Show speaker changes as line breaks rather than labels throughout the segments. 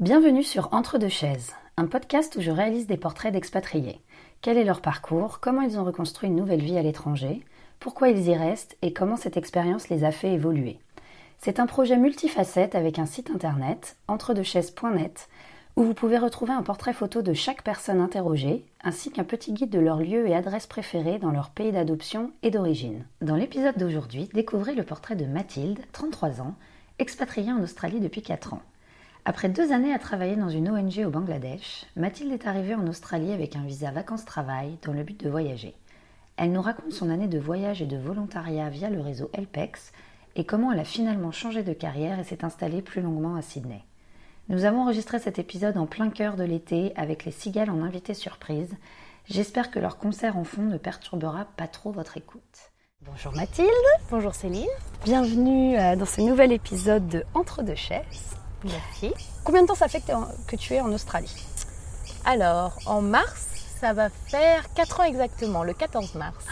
Bienvenue sur Entre deux chaises, un podcast où je réalise des portraits d'expatriés. Quel est leur parcours, comment ils ont reconstruit une nouvelle vie à l'étranger, pourquoi ils y restent et comment cette expérience les a fait évoluer. C'est un projet multifacette avec un site internet, entredechaises.net, où vous pouvez retrouver un portrait photo de chaque personne interrogée, ainsi qu'un petit guide de leur lieu et adresse préférée dans leur pays d'adoption et d'origine. Dans l'épisode d'aujourd'hui, découvrez le portrait de Mathilde, 33 ans, expatriée en Australie depuis 4 ans. Après deux années à travailler dans une ONG au Bangladesh, Mathilde est arrivée en Australie avec un visa vacances-travail dans le but de voyager. Elle nous raconte son année de voyage et de volontariat via le réseau Helpex et comment elle a finalement changé de carrière et s'est installée plus longuement à Sydney. Nous avons enregistré cet épisode en plein cœur de l'été avec les cigales en invité surprise. J'espère que leur concert en fond ne perturbera pas trop votre écoute. Bonjour Mathilde,
Bonjour Céline.
bienvenue euh, dans ce nouvel épisode de Entre deux chaises.
Merci.
Combien de temps ça fait que, t'es en- que tu es en Australie
Alors, en mars, ça va faire 4 ans exactement, le 14 mars.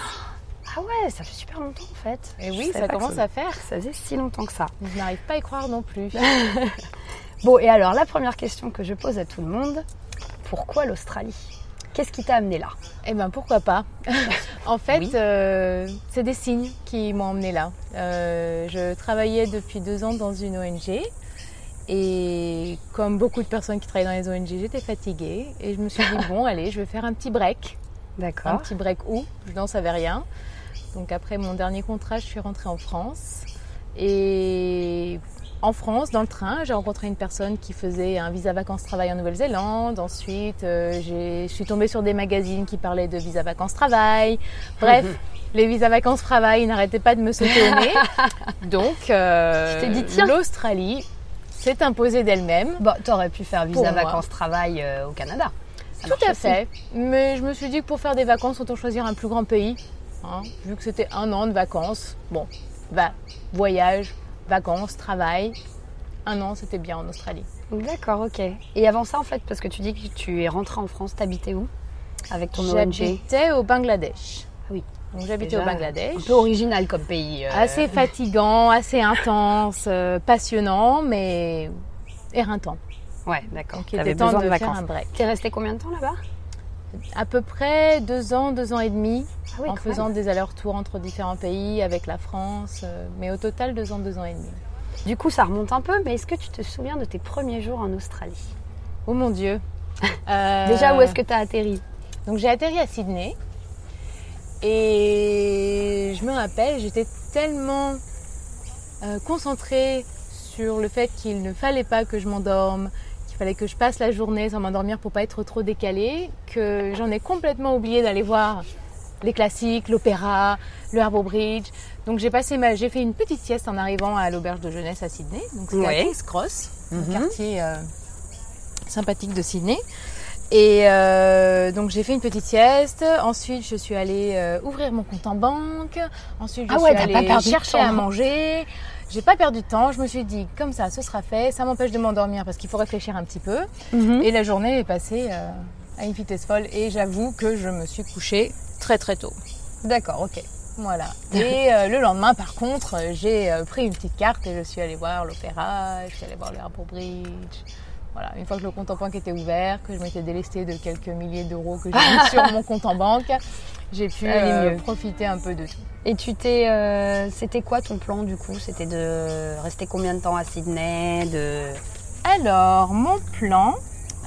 Ah ouais, ça fait super longtemps en fait.
Et
Je
oui,
savais
ça
pas que
commence à faire.
Ça faisait si longtemps que ça.
Je n'arrive pas à y croire non plus.
Bon, et alors la première question que je pose à tout le monde, pourquoi l'Australie Qu'est-ce qui t'a amené là
Eh ben pourquoi pas En fait,
Oui.
euh, c'est des signes qui m'ont emmené là. Euh, je travaillais depuis deux ans dans une ONG et comme beaucoup de personnes qui travaillent dans les ONG, j'étais fatiguée et je me suis dit bon allez, je vais faire un petit break. Un
D'accord.
petit break où Je n'en savais rien. Donc après mon dernier contrat, je suis rentrée en France. Et en France, dans le train, j'ai rencontré une personne qui faisait un visa vacances-travail en Nouvelle-Zélande. Ensuite, euh, j'ai- je suis tombée sur des magazines qui parlaient de visa vacances-travail. Bref, les visas vacances-travail n'arrêtaient pas de me sauter au nez. Donc, euh,
Tu t'es dit, tiens.
l'Australie s'est imposée d'elle-même.
Bon, t'aurais pu faire
Pour
visa
moi.
vacances travail euh, au Canada. Ça marche
Tout à
aussi.
fait. Mais je me suis dit que pour faire des vacances, autant choisir un plus grand pays. hein. vu que c'était un an de vacances, bon, bah, voyage, vacances, travail. Un an, c'était bien en Australie.
D'accord, ok. Et avant ça en fait, parce que tu dis que tu es rentrée en France, t'habitais où Avec ton ONG.
J'habitais au Bangladesh.
Ah Oui.
Donc j'habitais
Déjà,
au Bangladesh.
Un peu original comme pays. euh,
Assez fatigant, assez intense, euh, passionnant, mais éreintant.
Ouais, d'accord.
Donc il
T'avais
était temps
besoin
de,
de,
faire
vacances.
un break.
T'es resté combien de temps là-bas
À peu près deux ans, deux ans et demi,
Ah oui,
en
quand même.
faisant des allers-retours entre différents pays, avec la France, euh, mais au total deux ans, deux ans et demi.
Du coup, ça remonte un peu, mais est-ce que tu te souviens de tes premiers jours en Australie
Oh mon Dieu. Euh,
Déjà, où est-ce que t'as atterri
Donc j'ai atterri à Sydney et je me rappelle, j'étais tellement euh, concentrée sur le fait qu'il ne fallait pas que je m'endorme, qu'il fallait que je passe la journée sans m'endormir pour pas être trop décalée, que j'en ai complètement oublié d'aller voir les classiques, l'opéra, le Harbour Bridge. Donc j'ai passé ma, j'ai fait une petite sieste en arrivant à l'auberge de jeunesse à Sydney. Donc c'était
Ouais.
à Kings Cross, un quartier euh, sympathique de Sydney. Et euh, donc j'ai fait une petite sieste. Ensuite, je suis allée euh, ouvrir mon compte en banque. Ensuite, je
Ah ouais,
suis
t'as
allée
pas perdu de
chercher
temps.
à manger. J'ai pas perdu de temps. Je me suis dit comme ça, ce sera fait. Ça m'empêche de m'endormir parce qu'il faut réfléchir un petit peu. Et la journée est passée euh, à une vitesse folle. Et j'avoue que je me suis couchée très très tôt.
D'accord, ok.
Voilà. Et euh, le lendemain, par contre, euh, j'ai euh, pris une petite carte et je suis allée voir l'opéra, je suis allée voir le Harbour Bridge. Voilà, une fois que le compte en banque était ouvert, que je m'étais délestée de quelques milliers d'euros que j'avais sur mon compte en banque, j'ai pu
allait
euh,
mieux.
profiter un peu de tout.
Et tu t'es. euh, C'était quoi ton plan du coup C'était de rester combien de temps à Sydney de...
Alors, mon plan,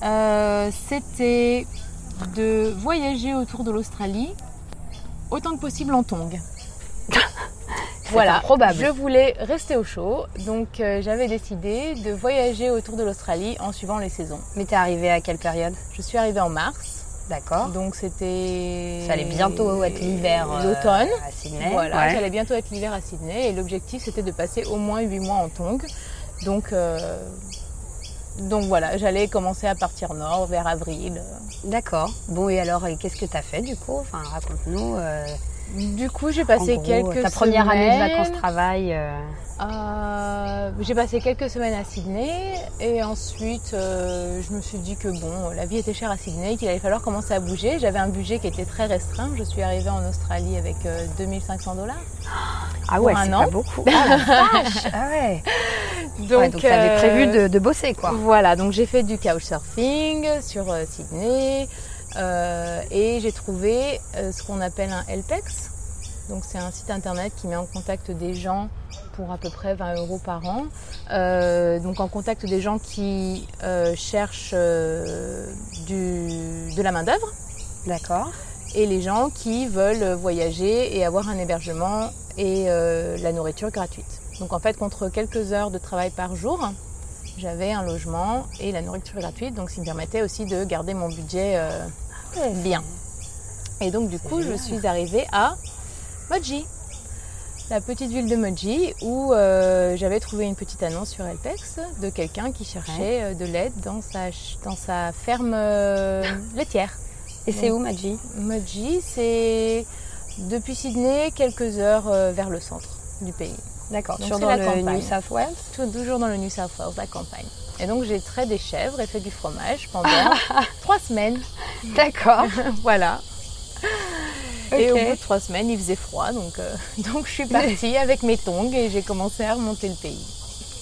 euh, c'était de voyager autour de l'australie autant que possible en tong. voilà,
improbable.
je voulais rester au chaud, donc euh, j'avais décidé de voyager autour de l'Australie en suivant les saisons.
Mais t'es arrivé à quelle période
Je suis arrivée en mars,
D'accord.
donc c'était...
Oh. Ça allait bientôt être l'hiver. euh,
L'automne.
À Sydney.
Voilà,
Ouais.
ça allait bientôt être l'hiver à Sydney et l'objectif c'était de passer au moins 8 mois en Tong. Donc, euh, donc voilà, j'allais commencer à partir nord vers avril.
D'accord. Bon, et alors, et qu'est-ce que t'as fait du coup Enfin, raconte-nous. euh,
Du coup, j'ai
en
passé
gros, euh,
quelques
Ta première année de
semaines-
vacances-travail. euh,
Euh, j'ai passé quelques semaines à Sydney et ensuite euh, je me suis dit que bon, la vie était chère à Sydney, qu'il allait falloir commencer à bouger. J'avais un budget qui était très restreint. Je suis arrivée en Australie avec euh, 2500 dollars. pour
Ah ouais,
un
c'est
an.
pas beaucoup. Ah, la vache Ah ouais.
Donc,
ouais, donc t'avais
euh,
prévu de, de bosser, quoi.
Voilà, donc j'ai fait du couchsurfing sur euh, Sydney euh, et j'ai trouvé euh, ce qu'on appelle un LPEX. Donc c'est un site internet qui met en contact des gens pour à peu près 20 euros par an. Euh, donc en contact des gens qui euh, cherchent euh, du- de la main d'œuvre
D'accord.
et les gens qui veulent voyager et avoir un hébergement et euh, la nourriture gratuite. Donc en fait, contre quelques heures de travail par jour, j'avais un logement et la nourriture gratuite, donc ça me permettait aussi de garder mon budget euh,
Ouais, c'est-
bien. Et donc du coup, je suis arrivée à Moji, la petite ville de Moji, où euh, j'avais trouvé une petite annonce sur Elpex de quelqu'un qui cherchait euh, de l'aide dans sa, ch- dans sa ferme euh, laitière.
Et c'est où, Madji
Moji, c'est depuis Sydney quelques heures euh, vers le centre du pays.
D'accord.
Donc,
Toujours
c'est
dans
la
le
campagne.
New South Wales
Tout- toujours dans le New South Wales, la campagne. Et donc j'ai trait des chèvres et fait du fromage pendant trois semaines.
D'accord.
Voilà. Et au
Ok.
bout de trois semaines, il faisait froid, donc, euh, donc je suis partie avec mes tongs et j'ai commencé à remonter le pays.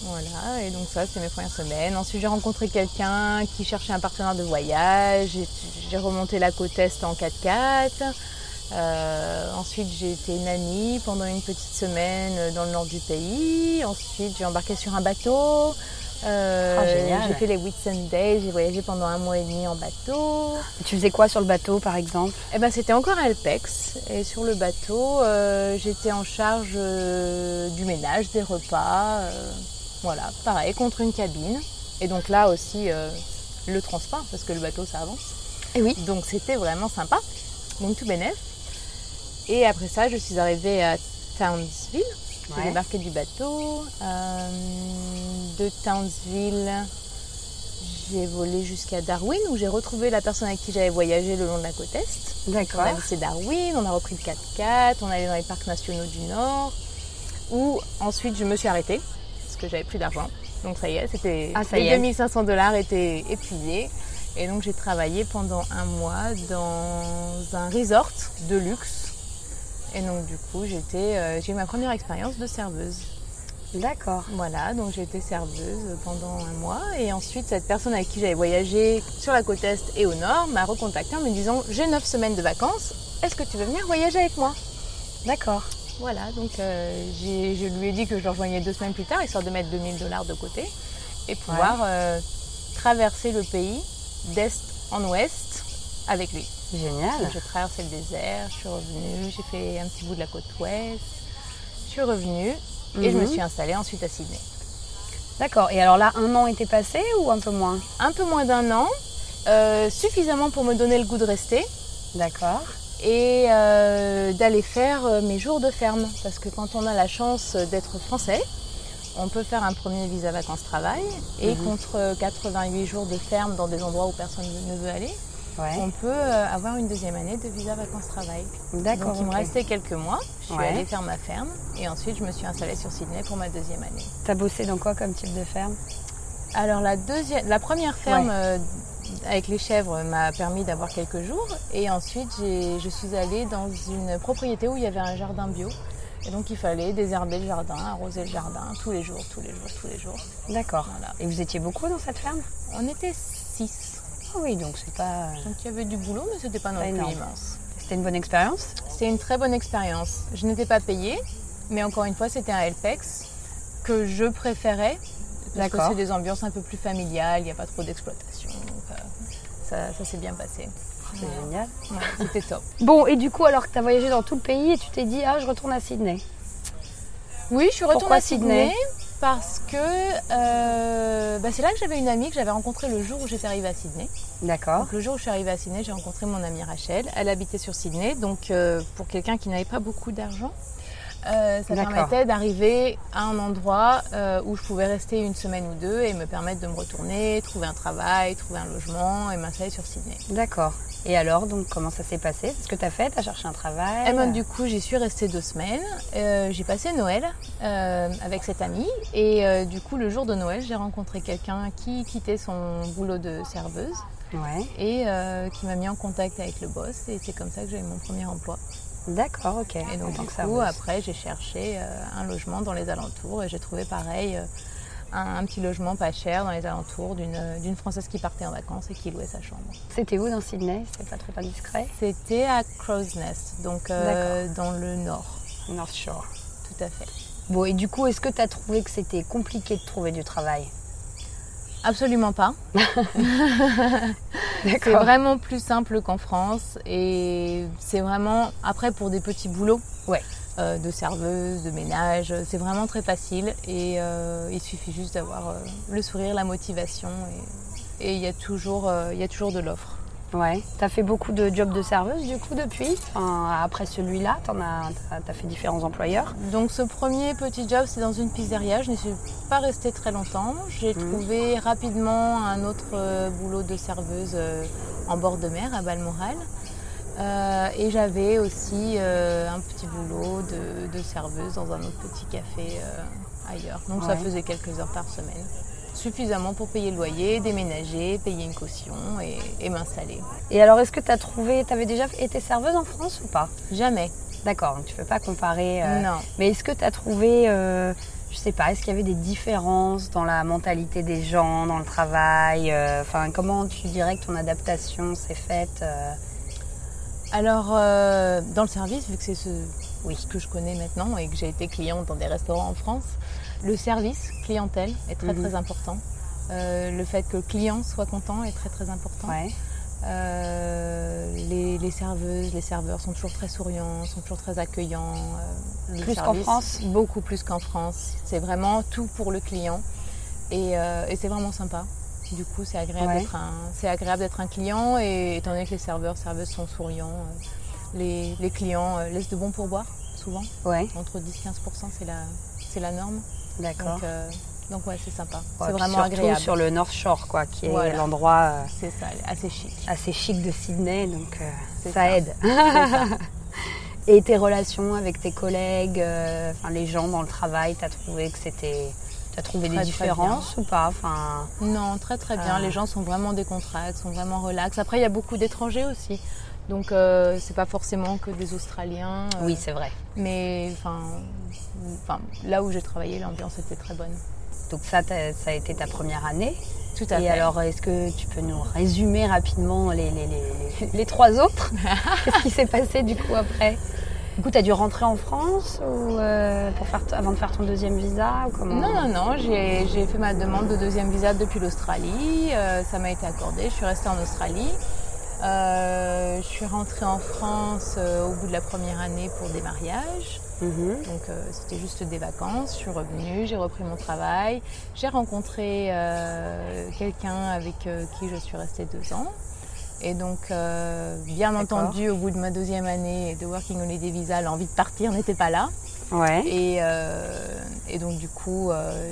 Voilà, et donc ça, c'est mes premières semaines. Ensuite, j'ai rencontré quelqu'un qui cherchait un partenaire de voyage. J'ai- J'ai remonté la côte Est en 4x4. Euh, ensuite, j'ai été nanny pendant une petite semaine dans le nord du pays. Ensuite, j'ai embarqué sur un bateau. Euh,
Ah, génial.
j'ai fait les Whitsundays, j'ai voyagé pendant un mois et demi en bateau.
Tu faisais quoi sur le bateau, par exemple
Eh ben, c'était encore à Elpex et sur le bateau, euh, j'étais en charge euh, du ménage, des repas, euh, voilà, pareil, contre une cabine. Et donc là aussi, euh, le transport, parce que le bateau, ça avance.
Eh oui.
Donc c'était vraiment sympa, donc tout bénef. Et après ça, je suis arrivée à Townsville, j'ai
Ouais.
débarqué du bateau. Euh, de Townsville, j'ai volé jusqu'à Darwin, où j'ai retrouvé la personne avec qui j'avais voyagé le long de la côte Est. On a
D'accord.
visité Darwin, on a repris le 4x4, on allait dans les parcs nationaux du Nord, où ensuite je me suis arrêtée, parce que j'avais plus d'argent. Donc ça y est, c'était
Ah, ça y
les
est.
2500 dollars étaient épuisés. Et donc j'ai travaillé pendant un mois dans un resort de luxe. Et donc du coup, j'étais, euh, j'ai eu ma première expérience de serveuse.
D'accord.
Voilà, donc j'ai été serveuse pendant un mois et ensuite cette personne avec qui j'avais voyagé sur la côte est et au nord m'a recontactée en me disant j'ai 9 semaines de vacances, est-ce que tu veux venir voyager avec moi
D'accord.
Voilà, donc euh, j'ai- je lui ai dit que je le rejoignais deux semaines plus tard histoire de mettre 2000 dollars de côté et pouvoir euh, traverser le pays d'est en ouest avec lui.
Ah
Génial.
Je traversais le désert, je suis revenue, j'ai fait un petit bout de la côte ouest, je suis revenue et je me
Mhm.
suis installée ensuite à Sydney.
D'accord. Et alors là, un an était passé ou un peu moins
un peu moins d'un an, euh, suffisamment pour me donner le goût de rester
D'accord.
et euh, d'aller faire euh, mes jours de ferme. Parce que quand on a la chance d'être français, on peut faire un premier visa vacances-travail et
Mhm.
contre 88 jours de ferme dans des endroits où personne ne veut aller,
Ouais.
on peut euh, avoir une deuxième année de visa vacances-travail. Donc
D'accord.
il me
ok.
restait quelques mois, je suis
Ouais.
allée faire ma ferme et ensuite je me suis installée sur Sydney pour ma deuxième année.
T'as bossé dans quoi comme type de ferme
Alors la deuxième, la première ferme euh, avec les chèvres m'a permis d'avoir quelques jours et ensuite j'ai- je suis allée dans une propriété où il y avait un jardin bio et donc il fallait désherber le jardin, arroser le jardin tous les jours, tous les jours, tous les jours.
D'accord.
Voilà.
Et vous étiez beaucoup dans cette ferme
On était six,
Ah oui, donc c'est pas.
donc il y avait du boulot mais c'était pas non
Pas
plus
énorme.
immense.
C'était une bonne expérience
C'était une très bonne expérience. Je n'étais pas payée, mais encore une fois c'était un LPEX que je préférais parce que
D'accord.
c'est des ambiances un peu plus familiales, il n'y a pas trop d'exploitation. donc, euh, ça, ça s'est bien passé.
C'est génial.
Ouais, c'était top.
Bon, et du coup, alors que t'as voyagé dans tout le pays et tu t'es dit, ah, je retourne à Sydney.
Oui, je suis retournée
Pourquoi
à Sydney,
Sydney
parce que euh, bah, c'est là que j'avais une amie que j'avais rencontrée le jour où j'étais arrivée à Sydney.
D'accord.
Donc, le jour où je suis arrivée à Sydney, j'ai rencontré mon amie Rachel. Elle habitait sur Sydney, donc euh, pour quelqu'un qui n'avait pas beaucoup d'argent, euh, ça
D'accord.
permettait d'arriver à un endroit euh, où je pouvais rester une semaine ou deux et me permettre de me retourner, trouver un travail, trouver un logement et m'installer sur Sydney.
D'accord. Et alors, donc, comment ça s'est passé C'est ce que t'as fait T'as cherché un travail
Eh ben, du coup, j'y suis restée deux semaines. Euh, j'ai passé Noël euh, avec cette amie. Et euh, du coup, le jour de Noël, j'ai rencontré quelqu'un qui quittait son boulot de serveuse
Ouais.
et euh, qui m'a mis en contact avec le boss. Et c'est comme ça que j'ai eu mon premier emploi.
D'accord, ok.
Et donc,
tant
du
que ça
coup,
avance.
après, j'ai cherché euh, un logement dans les alentours et j'ai trouvé pareil euh, un, un petit logement pas cher dans les alentours d'une euh, d'une Française qui partait en vacances et qui louait sa chambre.
C'était où dans Sydney C'est pas trop indiscret
C'était à Crow's Nest, donc euh, dans le nord,
North Shore.
tout à fait.
Bon, et du coup, est-ce que tu as trouvé que c'était compliqué de trouver du travail
Absolument pas. C'est vraiment plus simple qu'en France et c'est vraiment après pour des petits boulots.
Ouais.
euh, de serveuse, de ménage, c'est vraiment très facile et euh, il suffit juste d'avoir euh, le sourire, la motivation et et il y a toujours euh, il y a toujours de l'offre.
Ouais. T'as fait beaucoup de jobs de serveuse, du coup, depuis Enfin, Après celui-là, t'en as, t'as- t'as fait différents employeurs
Donc ce premier petit job, c'est dans une pizzeria. Je n'y suis pas restée très longtemps. J'ai trouvé rapidement un autre euh, boulot de serveuse euh, en bord de mer à Balmoral. Euh, et j'avais aussi euh, un petit boulot de, de serveuse dans un autre petit café euh, ailleurs. Donc ça
Ouais.
faisait quelques heures par semaine. Suffisamment pour payer le loyer, déménager, payer une caution et, et m'installer.
Et alors, est-ce que t'as trouvé, t'avais déjà été serveuse en France ou pas
Jamais.
D'accord, donc tu peux pas comparer. euh,
Non.
Mais est-ce que tu as trouvé, euh, je sais pas, est-ce qu'il y avait des différences dans la mentalité des gens, dans le travail euh, Enfin, comment tu dirais que ton adaptation s'est faite euh,
Alors, euh, dans le service, vu que c'est ce,
Oui.
ce que je connais maintenant et que j'ai été cliente dans des restaurants en France, le service clientèle est très
Mhm.
très important. Euh, le fait que le client soit content est très très important.
Ouais.
Euh, les, les serveuses, les serveurs sont toujours très souriants, sont toujours très accueillants. Euh, le
Plus qu'en
service,
France
Beaucoup plus qu'en France. C'est vraiment tout pour le client et, euh, et c'est vraiment sympa. Du coup, c'est agréable
Ouais.
d'être un, c'est agréable d'être un client et étant donné que les serveurs, serveuses sont souriants, euh, les, les clients euh, laissent de bons pourboires souvent,
Ouais,
entre 10-15%, c'est la, c'est la norme.
d'accord.
Donc, euh, donc ouais, c'est sympa.
Ouais,
c'est
puis
vraiment
surtout
agréable.
sur le North Shore, quoi, qui est
Voilà.
l'endroit euh,
C'est ça, assez chic.
assez chic de Sydney, donc euh, ça,
C'est ça.
aide.
C'est ça.
Et tes relations avec tes collègues, euh, enfin les gens dans le travail, t'as trouvé que c'était, t'as trouvé
Très,
des
très
différences ou pas Enfin,
Non, très très bien.
Ah.
Les gens sont vraiment décontractés, sont vraiment relax. Après, il y a beaucoup d'étrangers aussi. Donc, euh, c'est pas forcément que des Australiens. euh,
oui, c'est vrai.
Mais enfin, enfin, là où j'ai travaillé, l'ambiance était très bonne.
Donc ça, t'as- ça a été ta première année.
Tout à
Et
fait.
alors, est-ce que tu peux nous résumer rapidement les, les, les- les trois autres Qu'est-ce qui s'est passé du coup après Du coup, tu as dû rentrer en France ou, euh, pour faire t- avant de faire ton deuxième visa ou comment
Non, non, non, j'ai j'ai fait ma demande de deuxième visa depuis l'Australie. Euh, ça m'a été accordé. Je suis restée en Australie. Euh, je suis rentrée en France euh, au bout de la première année pour des mariages.
Mhm.
Donc euh, c'était juste des vacances, je suis revenue, j'ai repris mon travail, j'ai rencontré euh, quelqu'un avec euh, qui je suis restée deux ans. Et donc, euh, bien
D'accord.
entendu, au bout de ma deuxième année de Working Holiday Visa, l'envie de partir n'était pas là.
Ouais.
Et, euh, et donc, du coup, euh,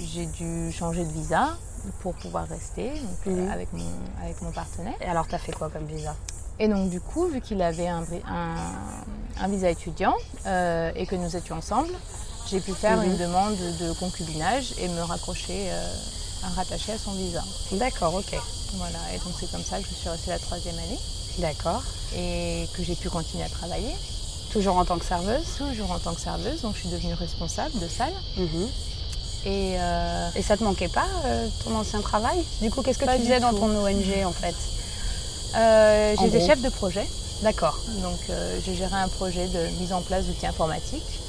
j'ai dû changer de visa pour pouvoir rester donc, euh,
Mhm.
avec, mon, avec mon partenaire.
Et alors, tu as fait quoi comme visa
Et donc du coup, vu qu'il avait un, bri- un- un visa étudiant euh, et que nous étions ensemble, j'ai pu faire
Mhm.
une demande de concubinage et me raccrocher, euh, à rattacher à son visa.
D'accord, ok.
Voilà, et donc c'est comme ça que je suis restée la troisième année
D'accord.
et que j'ai pu continuer à travailler,
Toujours en tant que serveuse
toujours en tant que serveuse, donc je suis devenue responsable de salle.
Mhm.
Et euh,
Et ça te manquait pas, euh, ton ancien travail Du coup, qu'est-ce que
Pas
tu
du
faisais dans
tout.
ton ONG en fait
euh,
En
j'étais
gros.
chef de projet.
D'accord.
Donc euh, j'ai géré un projet de mise en place d'outils informatiques.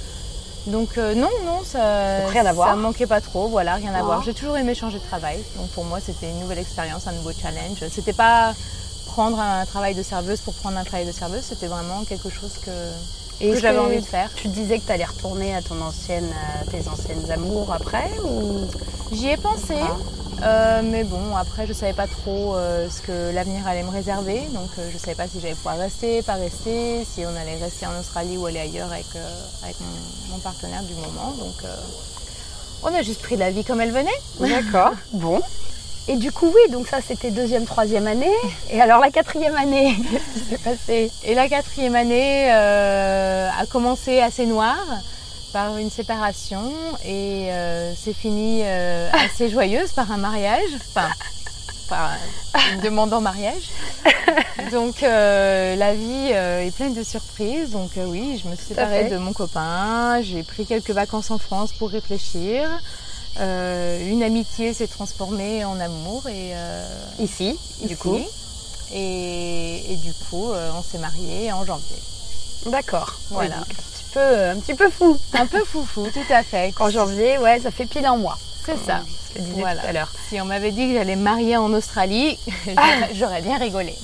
Donc euh, non, non, ça,
Donc, rien à voir.
ça me manquait pas trop, voilà, rien à
Non.
voir. J'ai toujours aimé changer de travail, donc pour moi c'était une nouvelle expérience, un nouveau challenge. C'était pas prendre un travail de serveuse pour prendre un travail de serveuse, c'était vraiment quelque chose que,
Et
que
est-ce
j'avais
que
envie de faire.
Tu disais que tu allais retourner à ton ancienne, euh, tes anciennes amours après ou
J'y ai pensé,
Ah.
euh, mais bon, après je savais pas trop euh, ce que l'avenir allait me réserver, donc euh, je savais pas si j'allais pouvoir rester, pas rester, si on allait rester en Australie ou aller ailleurs avec, euh, avec mon, mon partenaire du moment. Donc euh, on a juste pris la vie comme elle venait.
D'accord, bon. Et du coup, oui, donc ça c'était deuxième, troisième année. Et alors la quatrième année, qu'est-ce qui s'est passé
Et la quatrième année euh, a commencé assez noire par une séparation et euh, c'est fini euh, assez joyeuse par un mariage. Enfin, enfin, une demande en mariage. Donc euh, la vie euh, est pleine de surprises. Donc euh, oui, je me suis
Tout à
séparée
fait.
de mon copain. J'ai pris quelques vacances en France pour réfléchir. Euh, une amitié s'est transformée en amour et euh,
Ici,
du coup. Et, et du coup, euh, on s'est mariés en janvier.
D'accord.
Voilà.
Voilà. un, petit peu, euh, un petit peu fou.
Un peu foufou, tout à fait.
En janvier, ouais, ça fait pile un mois.
C'est ça.
Je le disais
Voilà.
tout à l'heure.
Si on m'avait dit que j'allais me marier en Australie, j'aurais bien rigolé.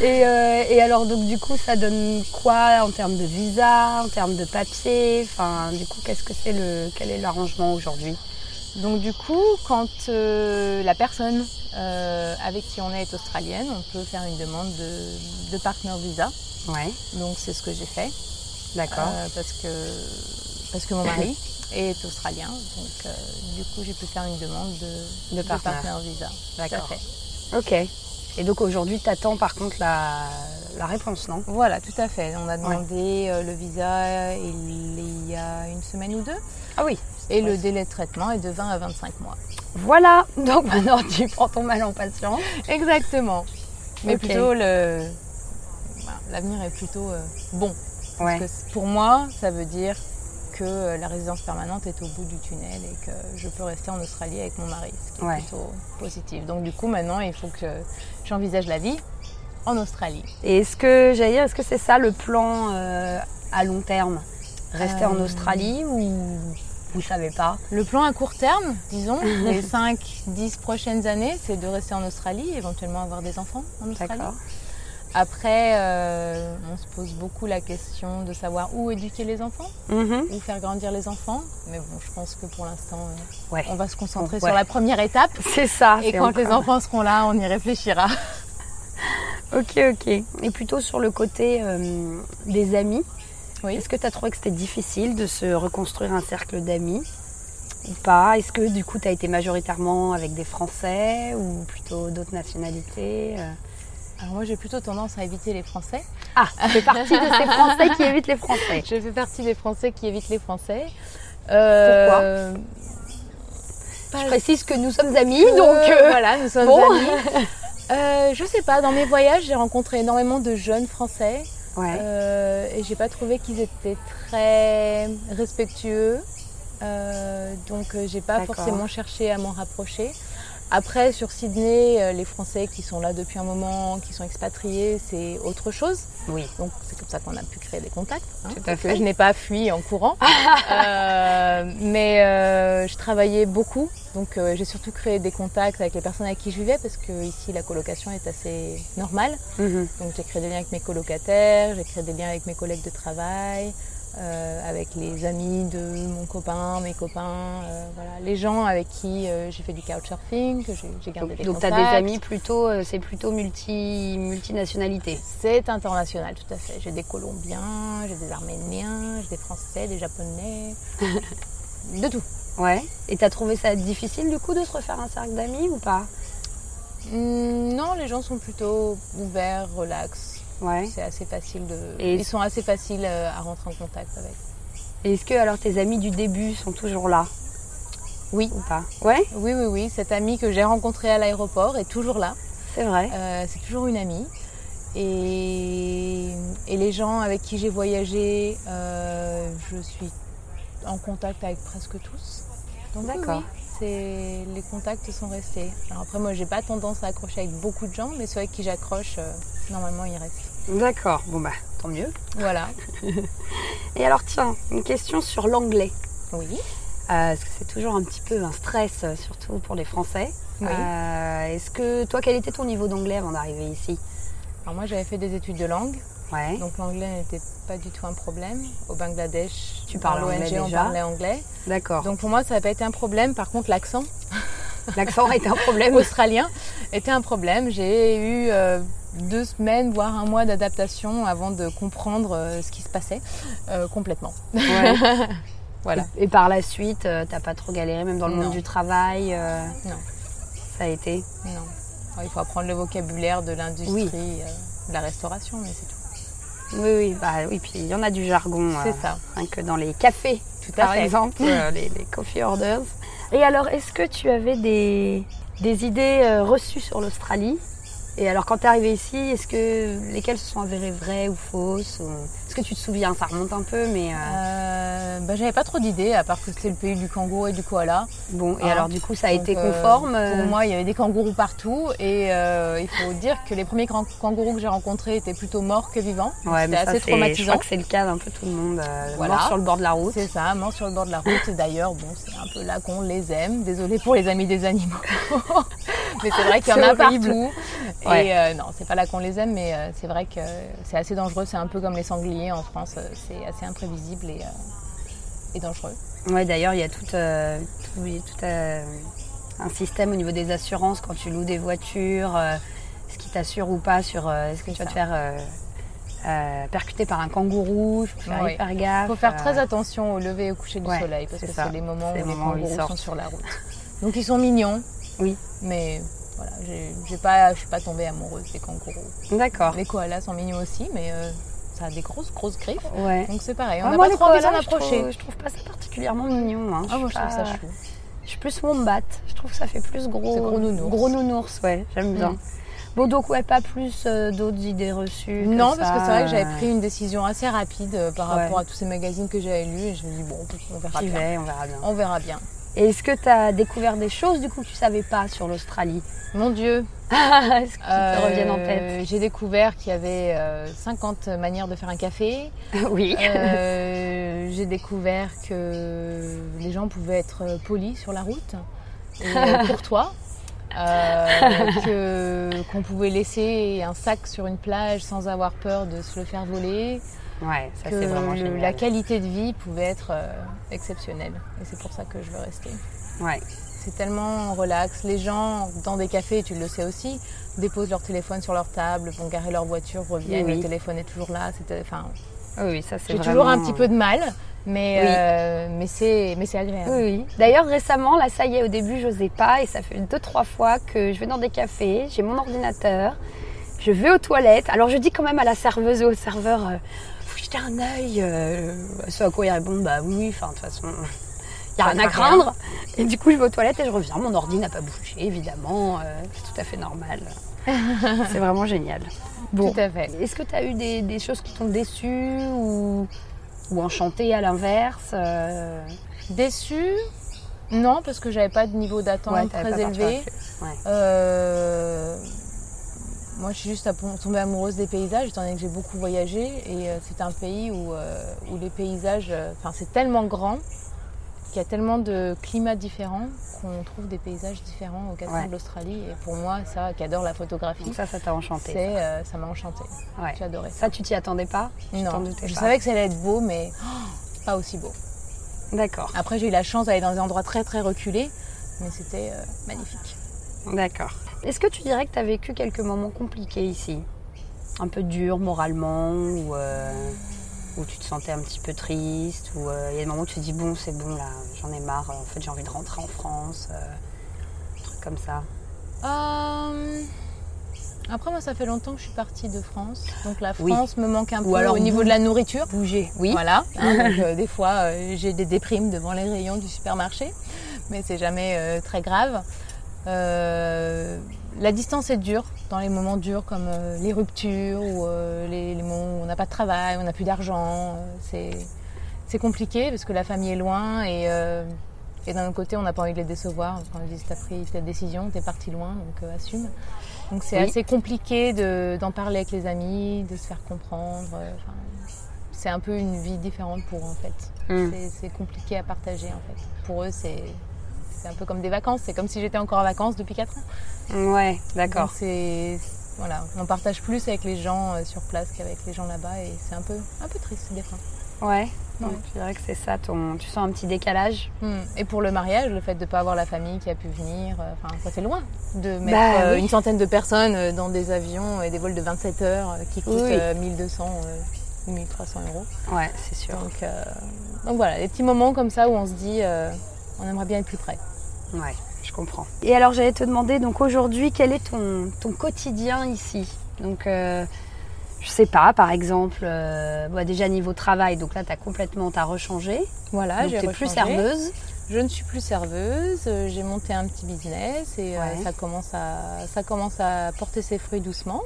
Et, euh, et alors, donc, du coup, ça donne quoi en termes de visa, en termes de papier Enfin, du coup, qu'est-ce que c'est le, quel est l'arrangement aujourd'hui
Donc du coup, quand euh, la personne euh, avec qui on est est australienne, on peut faire une demande de, de partner visa.
Ouais,
Donc c'est ce que j'ai fait
d'accord.
euh, parce que parce que mon mari est australien. Donc euh, du coup, j'ai pu faire une demande de,
De partner.
visa. Tout à
D'accord.
fait.
Ok. Et donc aujourd'hui, t'attends par contre la, la réponse, non
Voilà, tout à fait. On a demandé euh, le visa il y a une semaine ou deux.
Ah oui.
Et le délai de traitement est de 20 à 25 mois.
Voilà. Donc maintenant, tu prends ton mal en patience.
Exactement. Mais
Ok.
plutôt le. voilà, L'avenir est plutôt euh, bon.
Ouais.
Parce que pour moi, ça veut dire que euh, la résidence permanente est au bout du tunnel et que je peux rester en Australie avec mon mari, ce qui est
Ouais.
plutôt positif. Donc du coup, maintenant, il faut que j'envisage la vie en Australie.
Et est-ce que, j'allais dire, est-ce que c'est ça le plan euh, à long terme Rester en
Euh.
Australie ou vous savez pas
Le plan à court terme, disons, les 5-10 prochaines années, c'est de rester en Australie, éventuellement avoir des enfants en Australie. Après, euh, on se pose beaucoup la question de savoir où éduquer les enfants,
Mhm.
où faire grandir les enfants. Mais bon, je pense que pour l'instant, euh,
Ouais.
on va se concentrer
Ouais.
sur la première étape.
C'est ça.
Et
c'est
quand
encore-
les enfants seront là, on y réfléchira.
Ok, ok. Et plutôt sur le côté euh, des amis.
Oui.
Est-ce que tu as trouvé que c'était difficile de se reconstruire un cercle d'amis ou pas Est-ce que du coup tu as été majoritairement avec des Français ou plutôt d'autres nationalités euh
Alors moi, j'ai plutôt tendance à éviter les Français.
Ah, c'est parti de ces Français qui évitent les Français.
Je fais partie des Français qui évitent les Français. Euh,
Je
Pourquoi
précise que nous sommes amis, donc euh,
voilà, nous sommes
bon.
amis. Euh, je sais pas, dans mes voyages, j'ai rencontré énormément de jeunes Français
Ouais.
euh, et j'ai pas trouvé qu'ils étaient très respectueux. Euh, donc euh, j'ai pas
D'accord.
forcément cherché à m'en rapprocher. Après, sur Sydney, euh, les Français qui sont là depuis un moment, qui sont expatriés, c'est autre chose.
Oui.
Donc c'est comme ça qu'on a pu créer des contacts. hein,
Tout à
parce que
fait.
Je n'ai pas fui en courant.
Ah.
Euh, mais euh, je travaillais beaucoup. Donc euh, j'ai surtout créé des contacts avec les personnes avec qui je vivais parce que ici la colocation est assez normale.
Mhm.
Donc j'ai créé des liens avec mes colocataires, j'ai créé des liens avec mes collègues de travail, euh, avec les amis de mon copain, mes copains, euh, voilà, les gens avec qui euh, j'ai fait du couchsurfing, que j'ai j'ai gardé
Mhm. Donc,
des
donc tu as
contacts.
des amis plutôt, euh, c'est plutôt multi, multinationalité.
C'est international, tout à fait. J'ai des Colombiens, j'ai des Arméniens, j'ai des Français, des Japonais, de tout.
Ouais. Et tu as trouvé ça difficile du coup de se refaire un cercle d'amis ou pas
Hum, non, les gens sont plutôt ouverts, relax.
Ouais.
C'est assez facile de.
Et-
Ils sont assez faciles euh, à rentrer en contact avec.
Et est-ce que alors tes amis du début sont toujours là
Oui.
Ou pas Ouais,
Oui, oui, oui. Cette amie que j'ai rencontrée à l'aéroport est toujours là.
c'est vrai.
Euh, c'est toujours une amie. Et, et les gens avec qui j'ai voyagé, euh, je suis en contact avec presque tous. Donc, oui,
D'accord.
oui, c'est- les contacts sont restés. Alors après, moi, j'ai pas tendance à accrocher avec beaucoup de gens, mais ceux avec qui j'accroche, euh, normalement, ils restent.
D'accord, bon bah tant mieux.
Voilà.
Et alors tiens, une question sur l'anglais.
Oui.
Euh, parce que c'est toujours un petit peu un stress, euh, surtout pour les Français.
Oui.
Euh, est-ce que toi, quel était ton niveau d'anglais avant d'arriver ici
Alors moi, j'avais fait des études de langue,
Ouais.
donc l'anglais n'était pas du tout un problème. Au Bangladesh,
Tu
par
parlais
l'ONG,
anglais
on
déjà.
parlait anglais.
D'accord.
Donc pour moi, ça n'a pas été un problème. Par contre, l'accent,
L'accent a été un problème.
australien était un problème. J'ai eu euh, deux semaines, voire un mois d'adaptation avant de comprendre euh, ce qui se passait euh, complètement.
Ouais.
Voilà.
Et, et par la suite, euh, t'as pas trop galéré, même dans le
Non.
monde du travail euh,
Non.
Ça a été.
Non. Il faut apprendre le vocabulaire de l'industrie,
Oui.
euh, de la restauration, mais c'est tout.
Oui, oui, bah oui, puis il y en a du jargon. euh,
C'est ça.
Rien que dans les cafés,
Tout à
par
fait.
exemple, euh, les, les coffee orders. Et alors, est-ce que tu avais des, des idées euh, reçues sur l'Australie. Et alors, quand tu es arrivé ici, est-ce que lesquelles se sont avérées vraies ou fausses ou- Est-ce que tu te souviens Ça remonte un peu, mais euh,
Euh, bah, J'avais pas trop d'idées, à part que c'était le pays du kangourou et du koala.
bon. Et
ah.
alors, du coup, ça a
Donc,
été
euh,
conforme euh,
Pour moi, il y avait des kangourous partout. Et euh, il faut dire que les premiers gran- kangourous que j'ai rencontrés étaient plutôt morts que vivants. Donc,
Ouais,
c'était
mais ça,
assez
c'est- Je crois
traumatisant.
que c'est le cas d'un peu tout le monde. euh,
Voilà.
mort sur le bord de la route.
C'est ça, morts sur le bord de la route. Et D'ailleurs, bon, c'est un peu là qu'on les aime. Désolée pour les amis des animaux. mais c'est vrai qu'il y en
C'est
a
horrible.
partout. Et
Ouais.
euh, non, c'est pas là qu'on les aime, mais euh, c'est vrai que c'est assez dangereux. C'est un peu comme les sangliers en France. euh, C'est assez imprévisible et, euh, et dangereux.
Ouais, d'ailleurs, il y a tout, euh, tout- il y a tout, euh, un système au niveau des assurances quand tu loues des voitures, euh, ce qui t'assure ou pas sur euh, est-ce que
C'est
tu vas te
ça.
faire euh, euh, percuter par un kangourou, il faut faire
Ouais.
hyper gaffe.
Il faut faire très
euh,
attention au lever et au coucher du
ouais,
soleil parce
c'est
que
ça.
c'est les moments où
C'est
les
le moment où ils
kangourous sont
sortent.
sur la route. Donc ils sont mignons.
Oui.
Mais voilà, j'ai- j'ai pas, je suis pas tombée amoureuse des kangourous.
D'accord.
Les koalas sont mignons aussi, mais euh, ça a des grosses grosses griffes.
Ouais.
Donc c'est pareil, on
Ah,
n'a
moi,
pas
les
trop envie de s'en
koalas, Je
approcher.
trouve, je trouve pas ça particulièrement mignon. hein.
Ah moi je
suis
trouve ça
pas-
chou.
Je suis plus wombat. Je trouve que ça fait plus gros.
C'est gros nounours.
Gros nounours, ouais. J'aime bien.
Mm.
Bon, donc, ouais, pas plus euh, d'autres idées reçues. que
Non,
ça,
parce que c'est vrai que
euh,
j'avais pris une décision assez rapide euh, par
Ouais.
rapport à tous ces magazines que j'avais lus et je me dis bon, on verra
J'y
bien.
vais, on verra bien.
On verra bien.
Et est-ce que tu as découvert des choses du coup que tu savais pas sur l'Australie
Mon Dieu,
Est-ce que
euh,
te reviennent en tête
J'ai découvert qu'il y avait euh, 50 manières de faire un café.
Oui.
Euh, j'ai découvert que les gens pouvaient être euh, polis sur la route, et euh, courtois, euh, que- qu'on pouvait laisser un sac sur une plage sans avoir peur de se le faire voler,
Ouais, ça
que
c'est vraiment
le-
génial.
la qualité de vie pouvait être euh, exceptionnelle. Et c'est pour ça que je veux rester.
Ouais.
C'est tellement relax. Les gens, dans des cafés, tu le sais aussi, déposent leur téléphone sur leur table, vont garer leur voiture, reviennent,
Oui.
le téléphone est toujours là. C'était, enfin,
Oui, oui, ça c'est
j'ai
vraiment...
toujours un petit peu de mal, mais,
Oui.
euh, mais, c'est, mais c'est agréable.
Oui, oui. D'ailleurs, récemment, là, ça y est, au début, j'osais pas, et ça fait deux, trois fois que je vais dans des cafés, j'ai mon ordinateur, je vais aux toilettes. Alors, je dis quand même à la serveuse et au serveur, euh, faut que je jette un œil. euh, ce à quoi ils répondent, bah oui, oui, enfin, de toute façon, il a
Ça
rien à
craint rien.
craindre. Et du coup, je vais aux toilettes et je reviens. Mon ordi n'a pas bougé, évidemment, euh, c'est tout à fait normal. c'est vraiment génial. Bon.
Tout à fait.
Est-ce que tu as eu des, des choses qui t'ont déçu ou, ou enchanté à l'inverse euh,
Déçue Non, parce que j'avais pas de niveau d'attente
ouais,
très
t'avais pas parti
élevé.
là-dessus.
Euh, moi, je suis juste appom- tombée amoureuse des paysages, étant donné que j'ai beaucoup voyagé. Et euh, c'est un pays où, euh, où les paysages, euh, enfin, c'est tellement grand qu'il y a tellement de climats différents qu'on trouve des paysages différents aux quatre
Ouais.
coins de l'Australie. Et pour moi, ça, qui adore la photographie,
Donc ça, ça t'a enchanté.
c'est, euh, ça m'a enchantée.
Ouais.
J'ai adoré.
Ça, tu t'y attendais pas Tu t'en
Non,
doutais
je
pas
savais que ça allait être beau, mais oh, pas aussi beau.
D'accord,
Après, j'ai eu la chance d'aller dans des endroits très très reculés, mais c'était euh, magnifique.
d'accord. Est-ce que tu dirais que tu as vécu quelques moments compliqués ici Un peu durs moralement ou euh, où tu te sentais un petit peu triste Ou euh, il y a des moments où tu te dis, bon, c'est bon, là, j'en ai marre, en fait, j'ai envie de rentrer en France euh, un truc comme ça.
Euh, Après, moi, ça fait longtemps que je suis partie de France, donc la
Oui.
France me manque un
Ou
peu
alors
au niveau
vous-
de la nourriture.
Bouger, oui.
Voilà, hein, donc, euh, des fois euh, j'ai des déprimes devant les rayons du supermarché, mais c'est jamais euh, très grave. Euh, la distance est dure dans les moments durs comme euh, les ruptures ou euh, les, les moments où on n'a pas de travail, on n'a plus d'argent. euh, c'est, c'est compliqué parce que la famille est loin et, euh, et d'un autre côté on n'a pas envie de les décevoir. Quand ils disent t'as pris ta décision, t'es parti loin, donc euh, assume. Donc c'est
Oui.
assez compliqué de- d'en parler avec les amis, de se faire comprendre. euh, enfin, c'est un peu une vie différente pour eux en fait.
Mm.
C'est- C'est compliqué à partager en fait. Pour eux, c'est c'est un peu comme des vacances. C'est comme si j'étais encore en vacances depuis 4 ans.
Ouais, d'accord.
Donc, c'est voilà, on partage plus avec les gens euh, sur place qu'avec les gens là-bas et c'est un peu un peu triste des fois.
Ouais.
Ouais.
Donc, tu dirais que c'est ça, ton... tu sens un petit décalage
Hmm. Et pour le mariage, le fait de ne pas avoir la famille qui a pu venir, euh, enfin ça fait loin de mettre
Bah,
euh,
oui.
une centaine de personnes euh, dans des avions et des vols de 27 heures euh, qui coûtent
Oui.
euh, 1200 euh, ou 1300 euros.
Ouais, c'est sûr.
Donc, euh, donc voilà, des petits moments comme ça où on se dit euh, on aimerait bien être plus près.
Ouais, je comprends. Et alors j'allais te demander, donc aujourd'hui, quel est ton, ton quotidien ici Donc, euh, je sais pas, par exemple, euh, bah, déjà niveau travail, donc là, tu as complètement, t'as rechangé.
Voilà,
donc,
Ah, j'ai
t'es plus
rechangé.
serveuse.
Je ne suis plus serveuse, euh, j'ai monté un petit business et euh,
Ouais.
ça, commence à, ça commence à porter ses fruits doucement.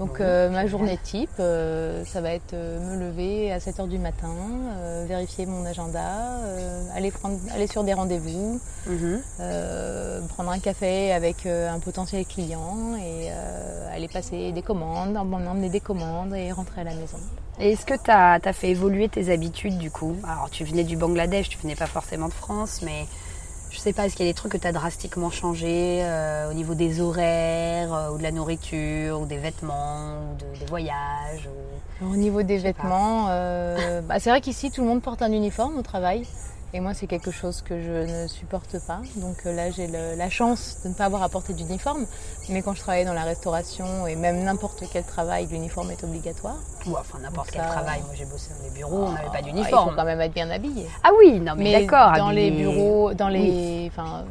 Donc
Bon,
euh, ma
génial.
journée type, euh, ça va être euh, me lever à 7h du matin, euh, vérifier mon agenda, euh, aller, prendre, aller sur des rendez-vous,
Mhm.
euh, prendre un café avec euh, un potentiel client et euh, aller passer des commandes, emmener emmener des commandes et rentrer à la maison.
Et est-ce que tu as, fait évoluer tes habitudes du coup Alors tu venais du Bangladesh, tu venais pas forcément de France, mais je sais pas, est-ce qu'il y a des trucs que tu as drastiquement changé euh, au niveau des horaires, euh, ou de la nourriture, ou des vêtements, ou de- des voyages ou-
Alors, Au niveau des
sais pas.
vêtements, euh, bah, c'est vrai qu'ici tout le monde porte un uniforme au travail. Et moi, c'est quelque chose que je ne supporte pas. Donc euh, là, j'ai le- la chance de ne pas avoir à porter d'uniforme. Mais quand je travaillais dans la restauration et même n'importe quel travail, l'uniforme est obligatoire.
ou, enfin n'importe
Donc
quel
ça,
travail. Moi j'ai bossé dans les bureaux, Oh, on n'avait Ah, pas
Il faut
d'uniforme.
quand même être bien habillé.
Ah oui, non mais, d'accord.
Dans les
habillé-
bureaux, dans les, enfin,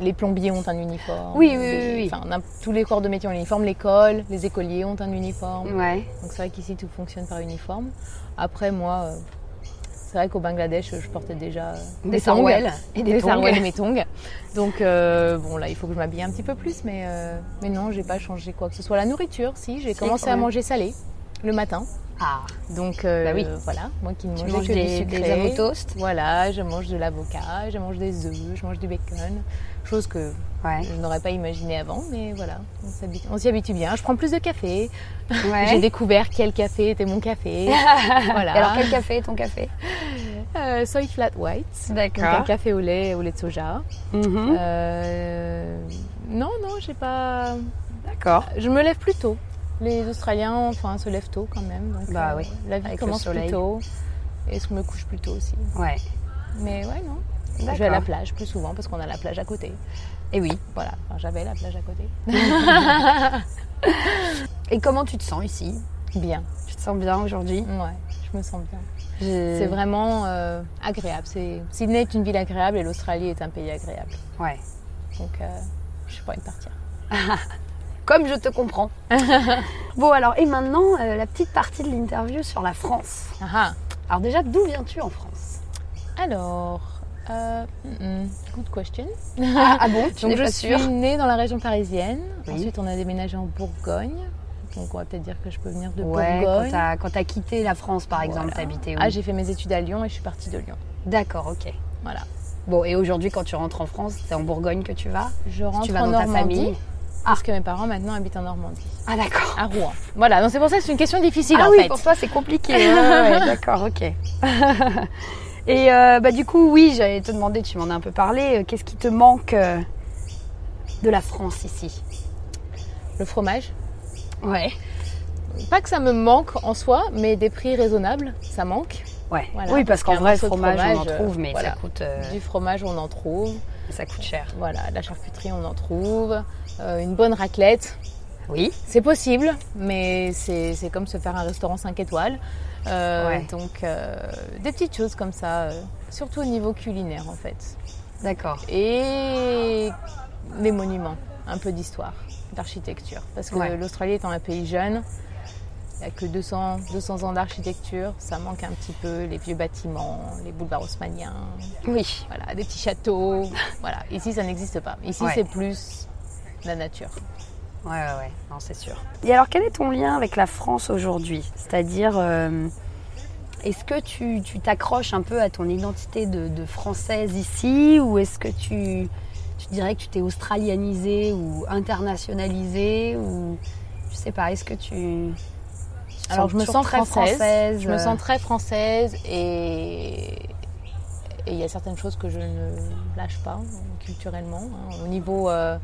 les plombiers ont un uniforme.
Oui, oui,
Les-
oui, oui.
Enfin, n'im- tous les corps de métier ont un uniforme. L'école, les écoliers ont un uniforme.
Ouais.
Donc c'est vrai qu'ici tout fonctionne par uniforme. Après moi, euh, c'est vrai qu'au Bangladesh je portais déjà euh,
Des
tongs.
sarouels et des
des
tongs.
sarouels et mes tongs. Donc euh, bon là il faut que je m'habille un petit peu plus, mais euh, mais non j'ai pas changé quoi que ce soit la nourriture. Si j'ai
Si,
commencé
quand
à
même.
manger salé le matin.
Ah,
Donc euh,
Bah oui.
voilà moi qui ne
tu
mangeais
manges
que du
des,
sucré.
des avocats toast
Voilà, je mange de l'avocat, je mange des œufs, je mange du bacon, chose que
Ouais.
je n'aurais pas imaginé avant, mais voilà, on s'habitue- on s'y habitue bien. Je prends plus de café, j'ai
ouais.
découvert quel café était mon café. voilà.
Et Alors quel café est ton café
Euh, soy flat white. Donc un
D'accord.
café au lait, au lait de soja.
Mhm.
Euh, non, non, j'ai pas.
D'accord.
Je me lève plus tôt. Les Australiens, enfin, se lèvent tôt quand même. Donc, euh,
Bah oui,
La vie
avec le
commence plus
soleil.
tôt. Et je me couche plus tôt aussi.
Ouais.
Mais ouais, non. Je vais à
D'accord.
la plage plus souvent parce qu'on a la plage à côté.
Et oui.
Voilà, Enfin, j'avais la plage à côté.
Et comment tu te sens ici
Bien,
Tu te sens bien Euh. aujourd'hui
ouais, je me sens bien.
C'est
C'est vraiment euh, agréable. C'est- Sydney est une ville agréable et l'Australie est un pays agréable.
Ouais.
Donc, euh, je suis pas une partir.
Comme je te comprends. bon alors, et maintenant, euh, la petite partie de l'interview sur la France.
Ah
Alors déjà, d'où viens-tu en France
ah. Alors, euh, mm, mm, good question.
ah, ah bon Tu
Donc,
n'es
je
pas
suis
sûre
née dans la région parisienne.
Oui.
Ensuite, on a déménagé en Bourgogne. Donc, on va peut-être dire que je peux venir de
Ouais, quand
Bourgogne.
t'as- quand t'as quitté la France, par exemple,
Voilà.
t'habitais où
Ah, j'ai fait mes études à Lyon et je suis partie de Lyon.
D'accord, ok.
Voilà.
Bon, et aujourd'hui, quand tu rentres en France, c'est en Bourgogne que tu vas
Je rentre
Tu vas
en
dans ta
Normandie
famille
parce que mes parents maintenant habitent en Normandie,
Ah d'accord.
à Rouen. Voilà, donc c'est pour ça que c'est une question difficile
ah
en
oui,
fait.
pour toi c'est compliqué. Ouais, ouais, ouais, D'accord, ok. Et euh, bah du coup, oui, j'allais te demander, tu m'en as un peu parlé, euh, qu'est-ce qui te manque euh, de la France ici
Le fromage.
Ouais.
Pas que ça me manque en soi, mais des prix raisonnables, ça manque.
Ouais.
Voilà,
oui,
parce
parce qu'en
qu'un
vrai, le
morceau de
fromage, on en
fromage,
trouve, mais
euh, voilà.
ça, coûte, euh,
Du fromage, on en trouve.
ça coûte cher.
Voilà, de la charcuterie, on en trouve. Euh, une bonne raclette,
Oui.
c'est possible, mais c'est c'est comme se faire un restaurant 5 étoiles. Euh,
Ouais.
Donc, euh, des petites choses comme ça, euh, surtout au niveau culinaire en fait.
D'accord.
Et des monuments, un peu d'histoire, d'architecture. Parce que
Ouais.
l'Australie étant un pays jeune, il n'y a que 200, 200 ans d'architecture, ça manque un petit peu les vieux bâtiments, les boulevards haussmanniens,
Oui.
voilà, des petits châteaux. voilà, ici ça n'existe pas. Ici
Ouais.
c'est plus la nature.
Ouais, ouais, ouais. Non, c'est sûr. Et alors, quel est ton lien avec la France aujourd'hui C'est-à-dire, euh, est-ce que tu tu t'accroches un peu à ton identité de, de française ici ou est-ce que tu, tu dirais que tu t'es australianisée ou internationalisée ou je sais pas, est-ce que tu. tu te
Alors je me
toujours
sens
très
française, je me
euh,
sens très française et et il y a certaines choses que je ne lâche pas euh, culturellement hein. au niveau euh,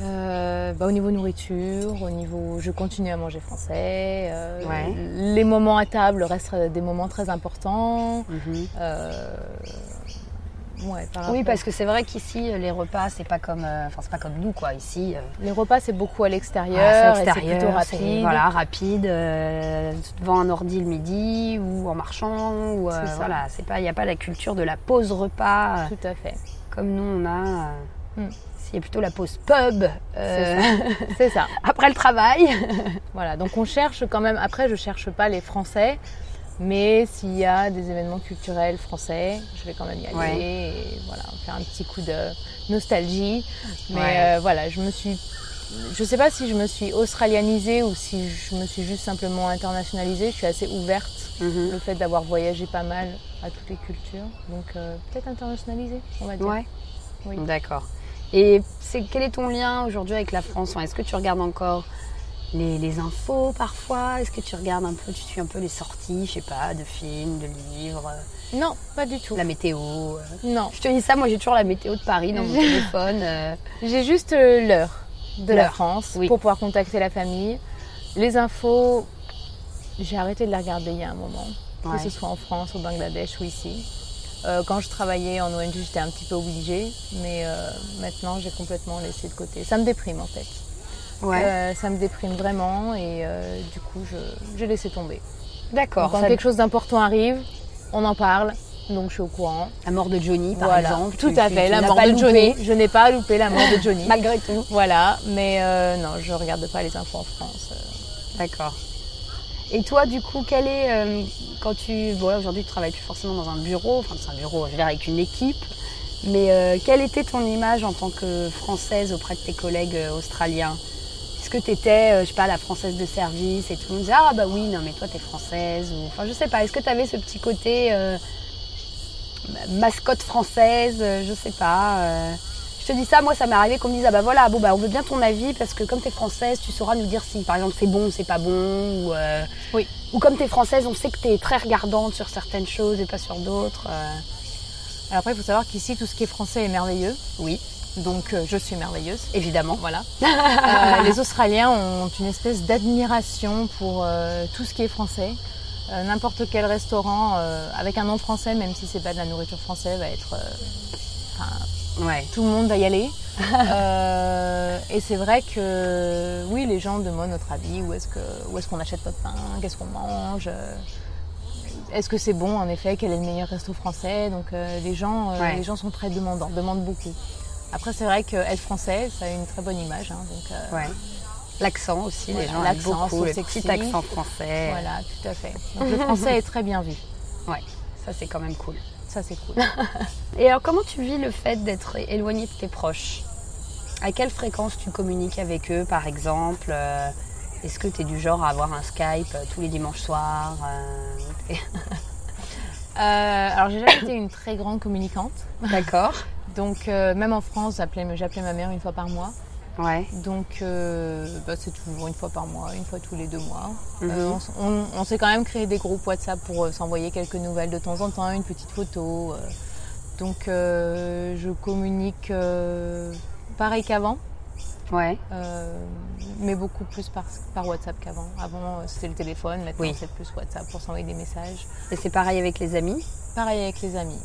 euh, bah, au niveau nourriture, au niveau je continue à manger français. euh,
Ouais.
Les moments à table restent des moments très importants.
Mhm.
euh, ouais, par
Oui,
rapport-
parce que c'est vrai qu'ici, les repas, c'est pas comme, euh, enfin, c'est pas comme nous, quoi. Ici, euh,
les repas c'est beaucoup à
Ah,
l'extérieur,
c'est
et c'est plutôt
extérieur, c'est-
rapide.
Voilà, rapide. euh, devant un ordi le midi ou en marchant. Ou, euh,
C'est ça.
voilà, c'est pas, il n'y a pas la culture de la pause repas euh,
Tout à fait.
comme nous on a. euh,
Hmm.
S'il y a plutôt la pause pub euh,
C'est ça.
après le travail.
Voilà, donc on cherche quand même, après je cherche pas les Français, Mais s'il y a des événements culturels français, je vais quand même y aller
Ouais.
et voilà, faire un petit coup de nostalgie. Mais
Ouais.
euh, voilà, je me suis. Je sais pas si je me suis australianisée ou si je me suis juste simplement internationalisée. Je suis assez ouverte.
Mhm.
Le fait d'avoir voyagé pas mal à toutes les cultures. Donc euh, peut-être internationalisée, on va dire.
Ouais.
Oui.
D'accord. Et c'est quel est ton lien aujourd'hui avec la France Est-ce que tu regardes encore les, les infos parfois Est-ce que tu regardes un peu, tu suis un peu les sorties, je sais pas, de films, de livres, euh,
Non, pas du tout.
la météo euh.
Non.
Je te dis ça, moi j'ai toujours la météo de Paris dans mon téléphone. euh.
J'ai juste euh, l'heure de la
L'heure,
France
oui.
pour pouvoir contacter la famille. Les infos, j'ai arrêté de les regarder il y a un moment,
Ouais.
que ce soit en France, au Bangladesh ou ici. Euh, quand je travaillais en ONG, j'étais un petit peu obligée, mais euh, maintenant j'ai complètement laissé de côté. Ça me déprime en fait.
Ouais.
Euh, ça me déprime vraiment et euh, du coup je- j'ai laissé tomber.
D'accord.
quand
Ça-
quelque chose d'important arrive, on en parle, donc je suis au courant.
La mort de Johnny par
voilà,
exemple.
tout
tu-
à
tu-
fait.
tu
La
n'as
mort
pas
de
loupé,
Johnny, je n'ai pas loupé la mort de Johnny.
Malgré tout.
Voilà, mais euh, non, je regarde pas les infos en France. euh.
D'accord. Et toi, du coup, quel est, euh, quand tu, bon, là, aujourd'hui, tu travailles plus forcément dans un bureau, enfin, c'est un bureau, je veux dire, avec une équipe, mais euh, quelle était ton image en tant que Française auprès de tes collègues euh, australiens Est-ce que tu étais, je sais pas, la Française de service et tout le monde disait, ah bah oui, non, mais toi, t'es Française, ou, enfin, je sais pas, est-ce que tu avais ce petit côté euh, mascotte française, euh, je sais pas euh, je te dis ça, moi ça m'est arrivé qu'on me dise ah bah voilà, bon bah on veut bien ton avis parce que comme t'es française, tu sauras nous dire si par exemple c'est bon ou c'est pas bon ou euh,
Oui.
ou comme t'es française, on sait que t'es très regardante sur certaines choses et pas sur d'autres. euh.
Alors après, il faut savoir qu'ici, tout ce qui est français est merveilleux.
oui,
Donc, euh, je suis merveilleuse.
évidemment.
Voilà. Euh, les Australiens ont une espèce d'admiration pour euh, tout ce qui est français. Euh, N'importe quel restaurant euh, avec un nom français, même si c'est pas de la nourriture française, va être euh,
Ouais.
tout le monde va y aller. Euh, et c'est vrai que oui, les gens demandent notre avis. Où est-ce que où est-ce qu'on achète notre pain Qu'est-ce qu'on mange Euh, Est-ce que c'est bon en effet Quel est le meilleur resto français Donc euh, les gens euh,
Ouais.
les gens sont très demandants, demandent beaucoup. Après c'est vrai que être français, ça a une très bonne image. hein, donc euh,
Ouais. L'accent aussi,
Voilà,
les gens aiment
l'accent,
beaucoup
c'est
le
sexy.
petit accent français.
voilà, tout à fait. Donc le français est très bien vu.
Ouais. Ça c'est quand même cool.
Ça c'est cool. Euh,
Et alors comment tu vis le fait d'être éloigné de tes proches À quelle fréquence tu communiques avec eux par exemple euh, Est-ce que tu es du genre à avoir un Skype euh, tous les dimanches soirs euh, ou t'es-
Euh, alors j'ai jamais été une très grande communicante.
D'accord.
Donc euh, même en France, j'appelais j'appelais ma mère une fois par mois.
Ouais.
Donc, euh, bah, c'est toujours une fois par mois, une fois tous les deux mois.
Mhm.
Euh, on s- on on s'est quand même créé des groupes WhatsApp pour euh, s'envoyer quelques nouvelles de temps en temps, une petite photo. euh. Donc, euh, je communique euh, pareil qu'avant,
Ouais.
euh, mais beaucoup plus par, par WhatsApp qu'avant. Avant, euh, c'était le téléphone, maintenant,
Oui.
c'est plus WhatsApp pour s'envoyer des messages.
Et c'est pareil avec les amis.
Pareil avec les amis.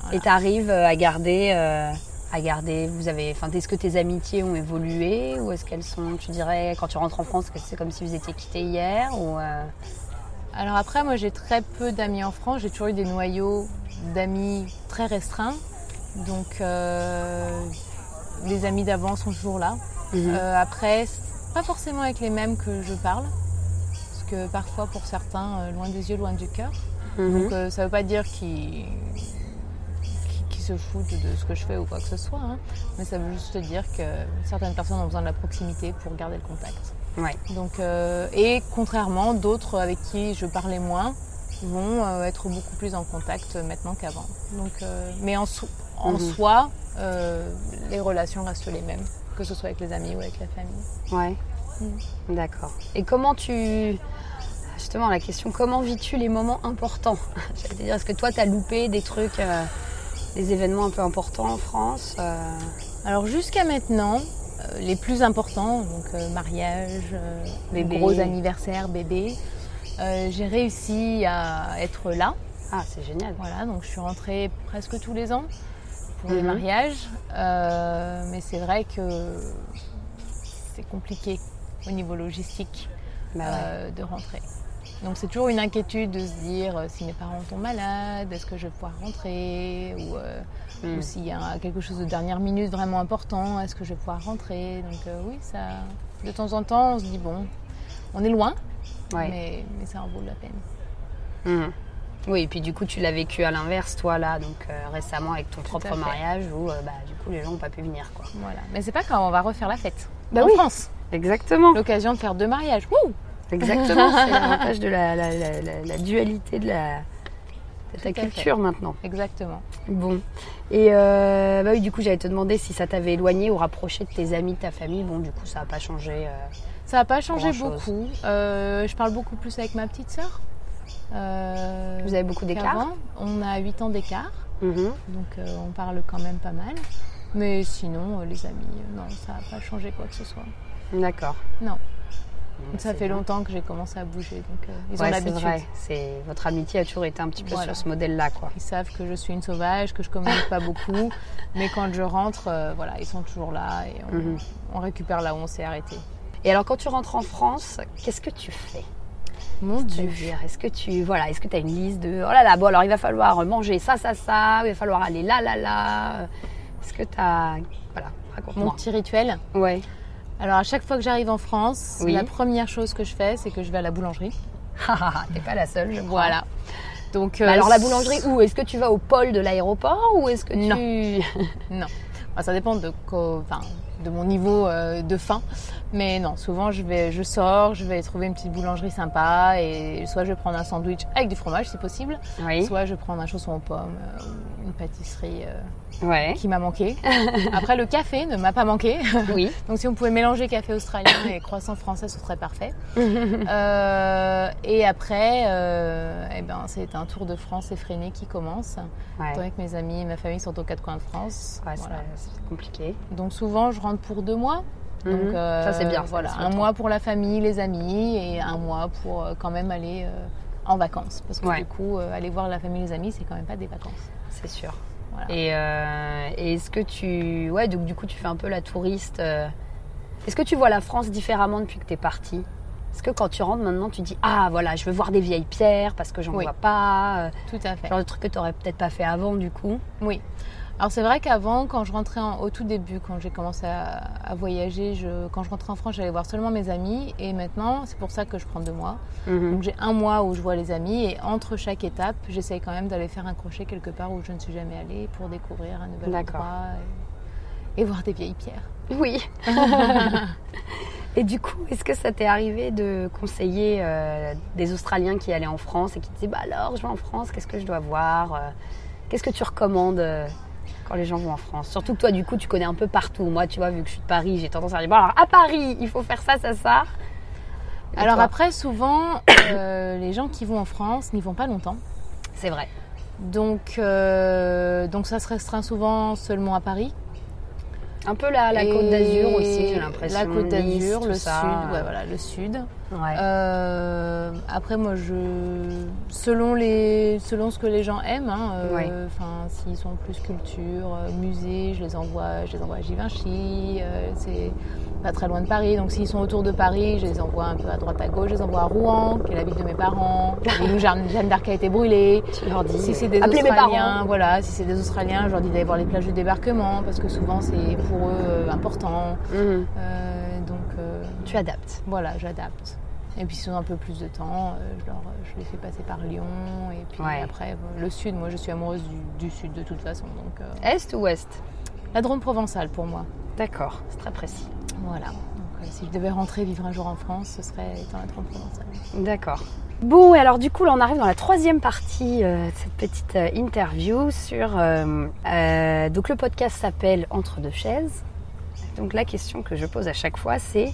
Voilà.
Et t'arrives euh, à garder, euh, à garder. Vous avez. Enfin, est-ce que tes amitiés ont évolué ou est-ce qu'elles sont, tu dirais, quand tu rentres en France, que c'est comme si vous étiez quittés hier ou euh,
Alors après, moi j'ai très peu d'amis en France, j'ai toujours eu des noyaux d'amis très restreints. Donc euh, les amis d'avant sont toujours là. Euh, après, c'est pas forcément avec les mêmes que je parle, parce que parfois pour certains, euh, loin des yeux, loin du cœur.
Mhm.
Donc euh, ça veut pas dire qu'ils qu'ils- qu'ils se foutent de ce que je fais ou quoi que ce soit, hein. mais ça veut juste dire que certaines personnes ont besoin de la proximité pour garder le contact.
Ouais.
Donc, euh, et contrairement, d'autres avec qui je parlais moins vont euh, être beaucoup plus en contact euh, maintenant qu'avant. Donc, euh, mais en, so- en
Mhm.
soi, euh, les relations restent les mêmes, que ce soit avec les amis ou avec la famille.
Ouais. D'accord. Mhm. Et comment tu. Justement, la question, comment vis-tu les moments importants J'allais dire, est-ce que toi, t'as loupé des trucs, euh, des événements un peu importants en France euh,
Alors jusqu'à maintenant, euh, les plus importants, donc euh, mariage, euh,
Bébé.
gros anniversaire, bébé, euh, j'ai réussi à être là.
Ah, c'est génial.
Voilà, donc je suis rentrée presque tous les ans pour les
Mhm.
mariages. Euh, mais c'est vrai que c'est compliqué au niveau logistique
Bah ouais.
euh, de rentrer. Donc c'est toujours une inquiétude de se dire euh, si mes parents tombent malades, est-ce que je vais pouvoir rentrer ou, euh,
Mm.
ou s'il y a quelque chose de dernière minute vraiment important, est-ce que je vais pouvoir rentrer Donc euh, oui, ça, de temps en temps, on se dit bon, on est loin,
Ouais.
mais, mais ça en vaut la peine.
Mhm. Oui, et puis du coup, tu l'as vécu à l'inverse, toi, là, donc euh, récemment avec ton
à
propre
fait.
mariage où, euh, bah, du coup, les gens n'ont pas pu venir, quoi.
Voilà. Mais c'est pas quand on va refaire la fête.
Bah
en
oui.
France,
Exactement.
l'occasion de faire deux mariages. Wouh
Exactement. c'est l'avantage de la, la- la- la- la dualité de, la, de ta
Tout à fait.
culture maintenant.
Exactement.
Bon. Et euh, bah oui, du coup, j'allais te demander si ça t'avait éloigné ou rapproché de tes amis, de ta famille. Bon, du coup, ça n'a pas changé. euh,
Ça n'a pas changé
Grand-chose.
beaucoup. Euh, je parle beaucoup plus avec ma petite sœur. euh,
Vous avez beaucoup d'écart
qu'avant. On a 8 ans d'écart,
Mhm.
donc euh, on parle quand même pas mal. Mais sinon, euh, les amis, euh, non, ça n'a pas changé quoi que ce soit.
D'accord.
Non.
Bon,
Ça
Bah, c'est
fait
bien.
longtemps que j'ai commencé à bouger, donc euh, ils
Ouais,
ont
c'est vrai.
l'habitude.
C'est- Votre amitié a toujours été un petit peu
Voilà.
sur ce modèle-là, quoi.
Ils savent que je suis une sauvage, que je communique pas beaucoup, mais quand je rentre, euh, voilà, ils sont toujours là et on,
Mhm.
on récupère là où on s'est arrêté.
Et alors, quand tu rentres en France, qu'est-ce que tu fais
Mon Dieu.
C'est-à-dire, Est-ce que tu voilà, est-ce que tu as une liste de oh là là, bon alors il va falloir manger ça, ça, ça, il va falloir aller là, là, là. Est-ce que tu as voilà,
Mon
raconte-moi.
petit rituel.
Ouais.
Alors à chaque fois que j'arrive en France,
Oui.
la première chose que je fais, c'est que je vais à la boulangerie.
T'es pas la seule. Je crois.
Voilà. Donc
Bah
euh,
alors la boulangerie où Est-ce que tu vas au pôle de l'aéroport ou est-ce que tu
Enfin, ça dépend de, co- enfin, de mon niveau euh, de faim. Mais non, souvent je, vais, je sors, je vais trouver une petite boulangerie sympa et soit je vais prendre un sandwich avec du fromage si possible,
Oui.
soit je vais prendre un chausson aux pommes euh, ou une pâtisserie euh,
Ouais.
qui m'a manqué. Après, le café ne m'a pas manqué.
Oui.
Donc si on pouvait mélanger café australien et croissant français, ce serait parfait. Euh, et après, euh, eh ben, c'est un tour de France effréné qui commence.
Ouais.
Étant donné que mes amis et ma famille sont aux quatre coins de France.
Ouais,
voilà.
ça- c'est compliqué.
Donc souvent, je rentre pour deux mois. Donc,
Mhm. ça c'est
euh,
bien. ça
Voilà,
laisse le
un
temps.
mois pour la famille, les amis, et un mois pour euh, quand même aller euh, en vacances. Parce que
Ouais.
du coup, euh, aller voir la famille, les amis, c'est quand même pas des vacances.
c'est sûr.
Voilà.
Et, euh, et est-ce que tu ouais donc du coup tu fais un peu la touriste. euh, Est-ce que tu vois la France différemment depuis que t'es partie Est-ce que quand tu rentres maintenant tu dis ah voilà je veux voir des vieilles pierres parce que j'en
Oui.
vois pas euh,
Tout à fait.
genre de trucs que t'aurais peut-être pas fait avant du coup.
Oui. Alors c'est vrai qu'avant, quand je rentrais en- au tout début, quand j'ai commencé à, à voyager, je- quand je rentrais en France, j'allais voir seulement mes amis. Et maintenant, c'est pour ça que je prends deux mois. Donc j'ai un mois où je vois les amis. Et entre chaque étape, j'essaye quand même d'aller faire un crochet quelque part où je ne suis jamais allée pour découvrir un nouvel
D'accord.
endroit et, et voir des vieilles pierres.
Oui. et du coup est-ce que ça t'est arrivé de conseiller euh, des Australiens qui allaient en France et qui disaient bah alors je vais en France qu'est-ce que je dois voir euh, Qu'est-ce que tu recommandes euh, quand les gens vont en France. Surtout que toi, du coup, tu connais un peu partout. Moi, tu vois, vu que je suis de Paris, j'ai tendance à dire, bon, alors à Paris, il faut faire ça, ça, ça. Et
Alors
toi
après, souvent, euh, les gens qui vont en France n'y vont pas longtemps.
c'est vrai.
Donc, euh, donc ça se restreint souvent seulement à Paris.
Un peu la, la Côte
Et
d'Azur aussi, j'ai l'impression.
La Côte
Nice,
d'Azur,
tout
le
ça.
sud, ouais, voilà, le sud.
Ouais.
Euh, après, moi, je, selon les, selon ce que les gens aiment, hein, euh,
Ouais.
enfin, s'ils sont plus culture, euh, musée, je les envoie, je les envoie à Givenchy, euh, c'est pas très loin de Paris. Donc, s'ils sont autour de Paris, je les envoie un peu à droite à gauche, je les envoie à Rouen, qui est la ville de mes parents, la ville où Jeanne Jeanne d'Arc a été brûlée.
tu leur dis. euh,
Si c'est des
Appelez mes
Australiens, voilà, si c'est des Australiens, je leur dis d'aller voir les plages de débarquement parce que souvent c'est pour eux euh, important.
Mhm.
Euh, donc euh,
Tu adaptes.
voilà, j'adapte. Et puis ils ont un peu plus de temps, euh, je, leur- je les fais passer par Lyon et puis
Ouais.
après euh, le sud. Moi, je suis amoureuse du, du sud de toute façon, donc euh,
Est ou ouest
la Drôme provençale pour moi.
D'accord, c'est très précis.
Voilà. Donc euh, si je devais rentrer vivre un jour en France, ce serait dans la Drôme provençale.
D'accord. Bon, et alors du coup, là, on arrive dans la troisième partie euh, de cette petite euh, interview sur... euh, euh, donc le podcast s'appelle Entre deux chaises. Donc la question que je pose à chaque fois, c'est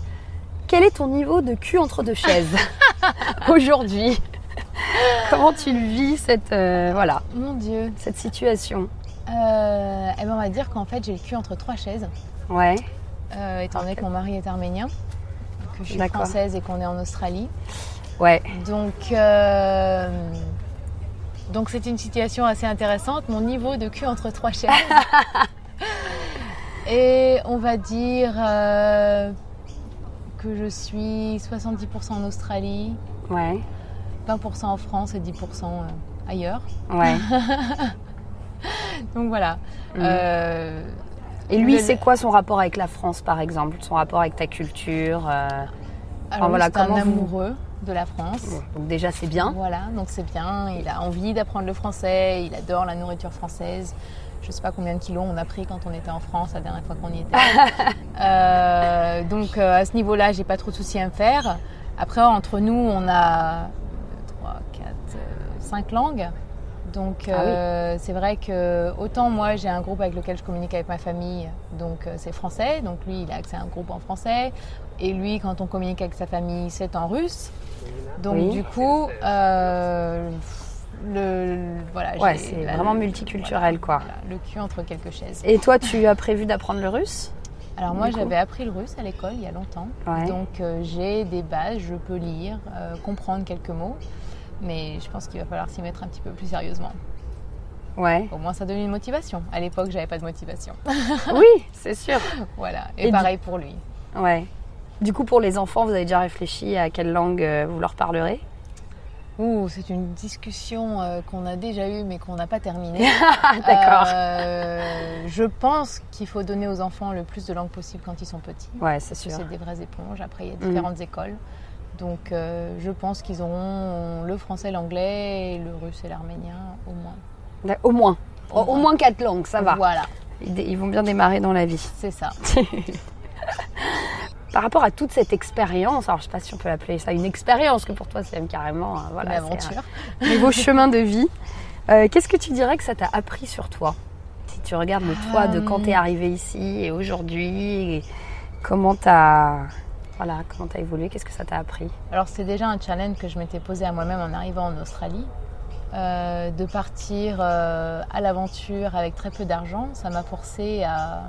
quel est ton niveau de cul entre deux chaises aujourd'hui Comment tu le vis cette, euh, voilà,
Mon Dieu.
cette situation
Euh, eh ben, on va dire qu'en fait j'ai le cul entre trois chaises.
Ouais.
Euh, étant donné que mon mari est arménien, que je suis
D'accord.
française et qu'on est en Australie.
Ouais.
Donc, euh, donc c'est une situation assez intéressante. Mon niveau de cul entre trois chaises. et on va dire euh, que je suis 70% en Australie,
Ouais.
20% en France et 10% euh, ailleurs.
Ouais.
Donc voilà.
Mhm.
Euh,
Et lui,
Le-
c'est quoi son rapport avec la France, par exemple Son rapport avec ta culture euh,
Alors,
voilà,
lui, c'est un
comment vous-
amoureux de la France.
Donc déjà, c'est bien.
Voilà, donc c'est bien. Il a envie d'apprendre le français. Il adore la nourriture française. Je sais pas combien de kilos on a pris quand on était en France la dernière fois qu'on y était. Euh, donc euh, à ce niveau-là, j'ai pas trop de soucis à me faire. Après, entre nous, on a 3, 4, 5 langues. Donc
Ah oui.
euh, c'est vrai que autant moi j'ai un groupe avec lequel je communique avec ma famille, donc euh, c'est français, donc lui il a accès à un groupe en français, et lui quand on communique avec sa famille c'est en russe. Donc
Oui.
du coup, euh, le, le- voilà,
Ouais,
j'ai
c'est
la-
vraiment multiculturel, quoi.
voilà, le cul entre quelques chaises.
Et toi, tu as prévu d'apprendre le russe
Alors moi
Du coup.
j'avais appris le russe à l'école il y a longtemps.
Ouais.
Donc euh, j'ai des bases, je peux lire, euh, comprendre quelques mots, mais je pense qu'il va falloir s'y mettre un petit peu plus sérieusement.
Ouais.
Au moins ça donne une motivation. À l'époque j'avais pas de motivation.
oui, c'est sûr.
voilà.
Et
Et,
du-
pareil pour lui.
Ouais. Du coup, pour les enfants, vous avez déjà réfléchi à quelle langue euh, vous leur parlerez
Ouh, c'est une discussion euh, qu'on a déjà eue mais qu'on n'a pas terminée.
Ah, d'accord.
Euh, je pense qu'il faut donner aux enfants le plus de langues possible quand ils sont petits.
Ouais, c'est
parce que
sûr.
c'est des vraies éponges. Après, il y a
Mhm.
différentes écoles. Donc, euh, je pense qu'ils auront le français, l'anglais, et le russe et l'arménien, au moins.
D'ac- Au moins. Au, au
moins.
moins quatre langues, ça va.
Voilà,
Ils, dé- ils vont bien démarrer dans la vie.
c'est ça.
Par rapport à toute cette expérience, alors je sais pas si on peut l'appeler ça une expérience, que pour toi c'est même carrément euh, voilà,
Une
c'est
aventure.
un nouveau chemin de vie. Euh, Qu'est-ce que tu dirais que ça t'a appris sur toi Si tu regardes le toi de quand
Euh,
t'es arrivé ici et aujourd'hui, et comment t'as voilà, comment t'as évolué Qu'est-ce que ça t'a appris
Alors, c'est déjà un challenge que je m'étais posé à moi-même en arrivant en Australie. Euh, de partir euh, à l'aventure avec très peu d'argent, ça m'a forcé à,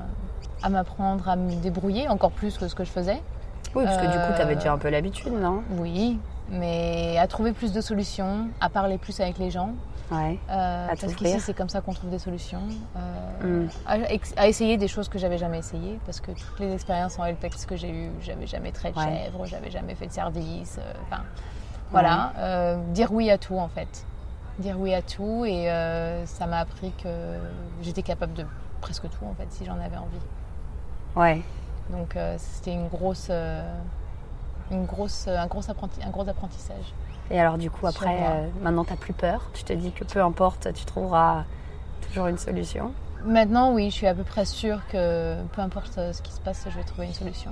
à m'apprendre à me débrouiller encore plus que ce que je faisais.
Oui, parce que du coup
Euh,
t'avais déjà un peu l'habitude, non
Oui, mais à trouver plus de solutions, à parler plus avec les gens.
Ouais.
Euh, parce
t'ouvrir.
qu'ici, c'est comme ça qu'on trouve des solutions. euh,
Mm.
à, ex- à essayer des choses que j'avais jamais essayées. Parce que toutes les expériences en LPEX que j'ai eues, j'avais jamais traité de
Ouais.
chèvre, j'avais jamais fait de service. euh, Enfin, voilà. euh, dire oui à tout, en fait. Dire oui à tout. Et euh, ça m'a appris que j'étais capable de presque tout, en fait, si j'en avais envie.
Ouais.
Donc, euh, c'était une grosse. euh, une grosse, un, gros apprenti- un gros apprentissage.
Et alors du coup
Sur
après,
moi.
euh, maintenant t'as plus peur. Tu te dis que peu importe, tu trouveras toujours une solution.
Maintenant, oui, je suis à peu près sûre que peu importe euh, ce qui se passe, je vais trouver une solution.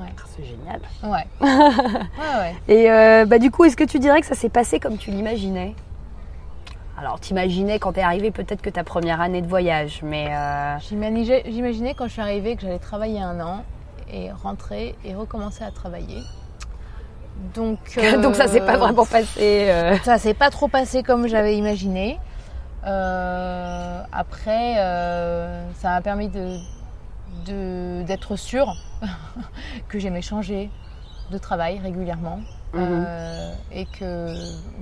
Ah, C'est génial.
Ouais. ouais, ouais.
Et euh, bah, du coup, est-ce que tu dirais que ça s'est passé comme tu l'imaginais Alors, t'imaginais quand t'es arrivé peut-être que ta première année de voyage, mais euh,
J'imaginais j'imaginais quand je suis arrivée que j'allais travailler un an et rentrer et recommencer à travailler. Donc,
donc ça s'est pas
euh,
vraiment passé. euh.
Ça s'est pas trop passé comme j'avais imaginé. Euh, après, euh, ça m'a permis de de- d'être sûre que j'aimais changer de travail régulièrement
Mhm.
euh, et que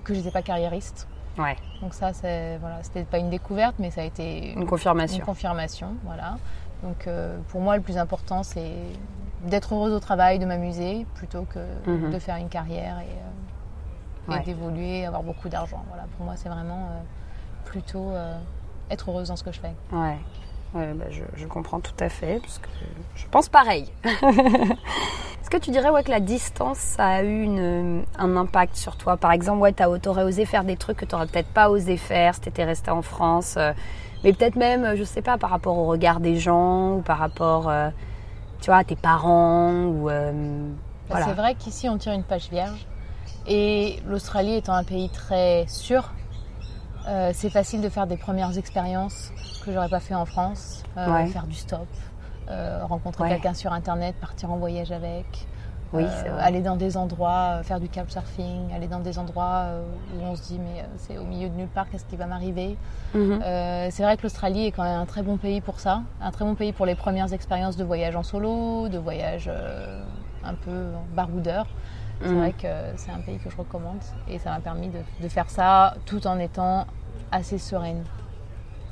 que j'étais pas carriériste.
Ouais,
Donc ça, c'est voilà, c'était pas une découverte, mais ça a été
une
une
confirmation.
confirmation, voilà. Donc euh, pour moi, le plus important, c'est d'être heureuse au travail, de m'amuser, plutôt que
Mhm.
de faire une carrière et, euh, et
Ouais.
d'évoluer, avoir beaucoup d'argent. Voilà, pour moi, c'est vraiment euh, plutôt euh, être heureuse dans ce que je fais.
Ouais. Ouais, bah, je, je comprends tout à fait, parce que je pense pareil. Est-ce que tu dirais ouais, que la distance, ça a eu une- un impact sur toi Par exemple, ouais, t'as- t'aurais osé faire des trucs que t'aurais peut-être pas osé faire si t'étais resté en France. euh, mais peut-être même, euh, je sais pas, par rapport au regard des gens ou par rapport, euh, tu vois, à tes parents ou... euh,
Bah,
voilà.
C'est vrai qu'ici, on tire une page vierge. Et l'Australie étant un pays très sûr, euh, c'est facile de faire des premières expériences que j'aurais pas fait en France. Euh,
Ouais.
Faire du stop, euh, rencontrer
Ouais.
quelqu'un sur Internet, partir en voyage avec.
Oui,
euh,
c'est vrai.
aller dans des endroits, euh, faire du couchsurfing, aller dans des endroits euh, où on se dit mais euh, c'est au milieu de nulle part, qu'est-ce qui va m'arriver
Mhm.
Euh, C'est vrai que l'Australie est quand même un très bon pays pour ça, un très bon pays pour les premières expériences de voyage en solo, de voyage euh, un peu baroudeur. C'est
Mhm.
vrai que c'est un pays que je recommande et ça m'a permis de, de faire ça tout en étant assez sereine.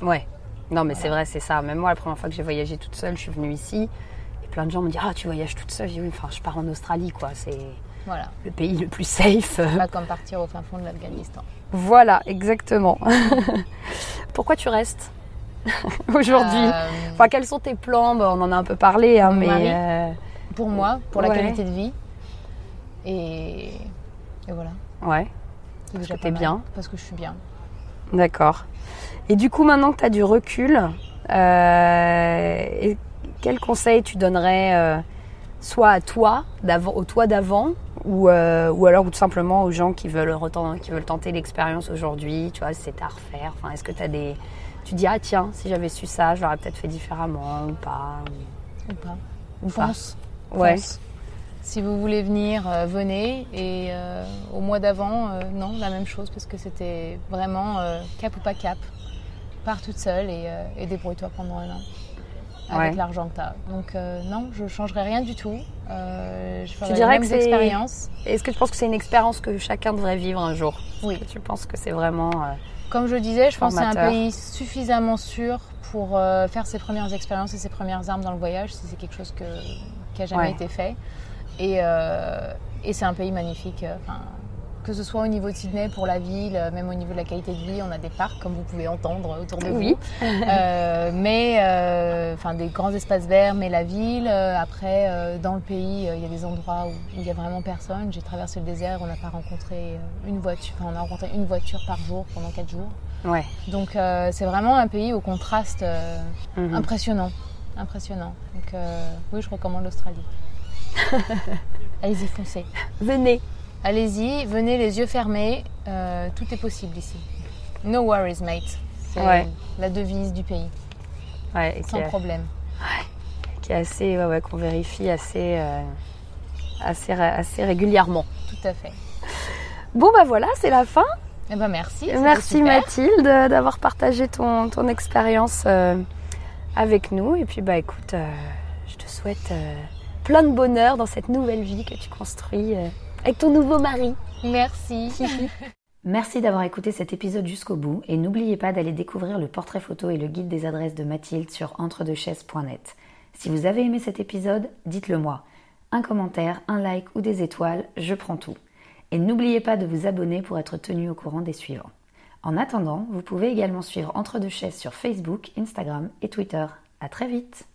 Ouais. Non, mais c'est vrai, c'est ça. Même moi, la première fois que j'ai voyagé toute seule, je suis venue ici. Et plein de gens me disent Ah, tu voyages toute seule. J'ai dit Oui, enfin, je pars en Australie, quoi. C'est
Voilà,
le pays le plus safe.
pas comme partir au fin fond de l'Afghanistan.
voilà, exactement. Pourquoi tu restes aujourd'hui
Euh,
Enfin, quels sont tes plans Bon, On en a un peu parlé, hein,
Mon
mais.
mari.
euh,
Pour moi, pour la
Ouais.
qualité de vie. Et, et voilà.
Ouais,
C'est
parce
déjà
que
pas
t'es
mal.
bien.
Parce que je suis bien.
D'accord. Et du coup, maintenant que tu as du recul, euh, et quel conseil tu donnerais euh, soit à toi, d'avant- au toi d'avant, ou, euh, ou alors ou tout simplement aux gens qui veulent, retent- qui veulent tenter l'expérience aujourd'hui, tu vois, c'est à refaire. Enfin, Est-ce que tu as des... Tu dis, ah tiens, si j'avais su ça, je l'aurais peut-être fait différemment ou pas.
Ou pas.
Ou pas.
Fonce.
Ouais.
Fonce. Si vous voulez venir, euh, venez. Et euh, au mois d'avant, euh, non, la même chose, parce que c'était vraiment euh, cap ou pas cap. Pars toute seule et, euh, et débrouille-toi pendant un an. Avec
Ouais.
l'argent que t'as. Donc euh, non, je changerais rien du tout. Euh, je ferais les
dirais que
mêmes
c'est-
expériences.
Est-ce que tu penses que c'est une expérience que chacun devrait vivre un jour
Oui.
Tu penses que c'est vraiment... euh,
Comme je disais, je pense que c'est un
Formateur.
pays suffisamment sûr pour euh, faire ses premières expériences et ses premières armes dans le voyage, si c'est quelque chose que, qui n'a jamais
Ouais.
été fait. Et, euh, et c'est un pays magnifique. euh, enfin, que ce soit au niveau de Sydney pour la ville, euh, même au niveau de la qualité de vie, on a des parcs comme vous pouvez entendre autour de
Oui.
vous. Euh, mais euh, enfin des grands espaces verts, mais la ville. euh, après, euh, dans le pays, euh, il y a des endroits où où il n'y a vraiment personne. J'ai traversé le désert, on n'a pas rencontré euh, une voiture. Enfin, on a rencontré une voiture par jour pendant quatre jours.
Ouais.
Donc euh, c'est vraiment un pays au contraste euh,
Mhm.
impressionnant. Impressionnant. Donc euh, oui, je recommande l'Australie. Allez-y, foncez.
Venez.
Allez-y, venez les yeux fermés. euh, tout est possible ici. No worries, mate. C'est
Ouais.
la devise du pays,
Ouais, et
sans
que-
problème.
qui est assez, ouais, ouais, qu'on vérifie assez, euh, assez, ré- assez régulièrement.
Tout à fait.
Bon, bah voilà, c'est la fin.
Eh ben merci. c'était
Merci
super.
Mathilde euh, d'avoir partagé ton, ton expérience euh, avec nous. Et puis, bah écoute, euh, je te souhaite euh, plein de bonheur dans cette nouvelle vie que tu construis euh, avec ton nouveau mari.
Merci.
Merci d'avoir écouté cet épisode jusqu'au bout et n'oubliez pas d'aller découvrir le portrait photo et le guide des adresses de Mathilde sur entredechaises.net. Si vous avez aimé cet épisode, dites-le moi. Un commentaire, un like ou des étoiles, je prends tout. Et n'oubliez pas de vous abonner pour être tenu au courant des suivants. En attendant, vous pouvez également suivre Entre deux chaises sur Facebook, Instagram et Twitter. À très vite!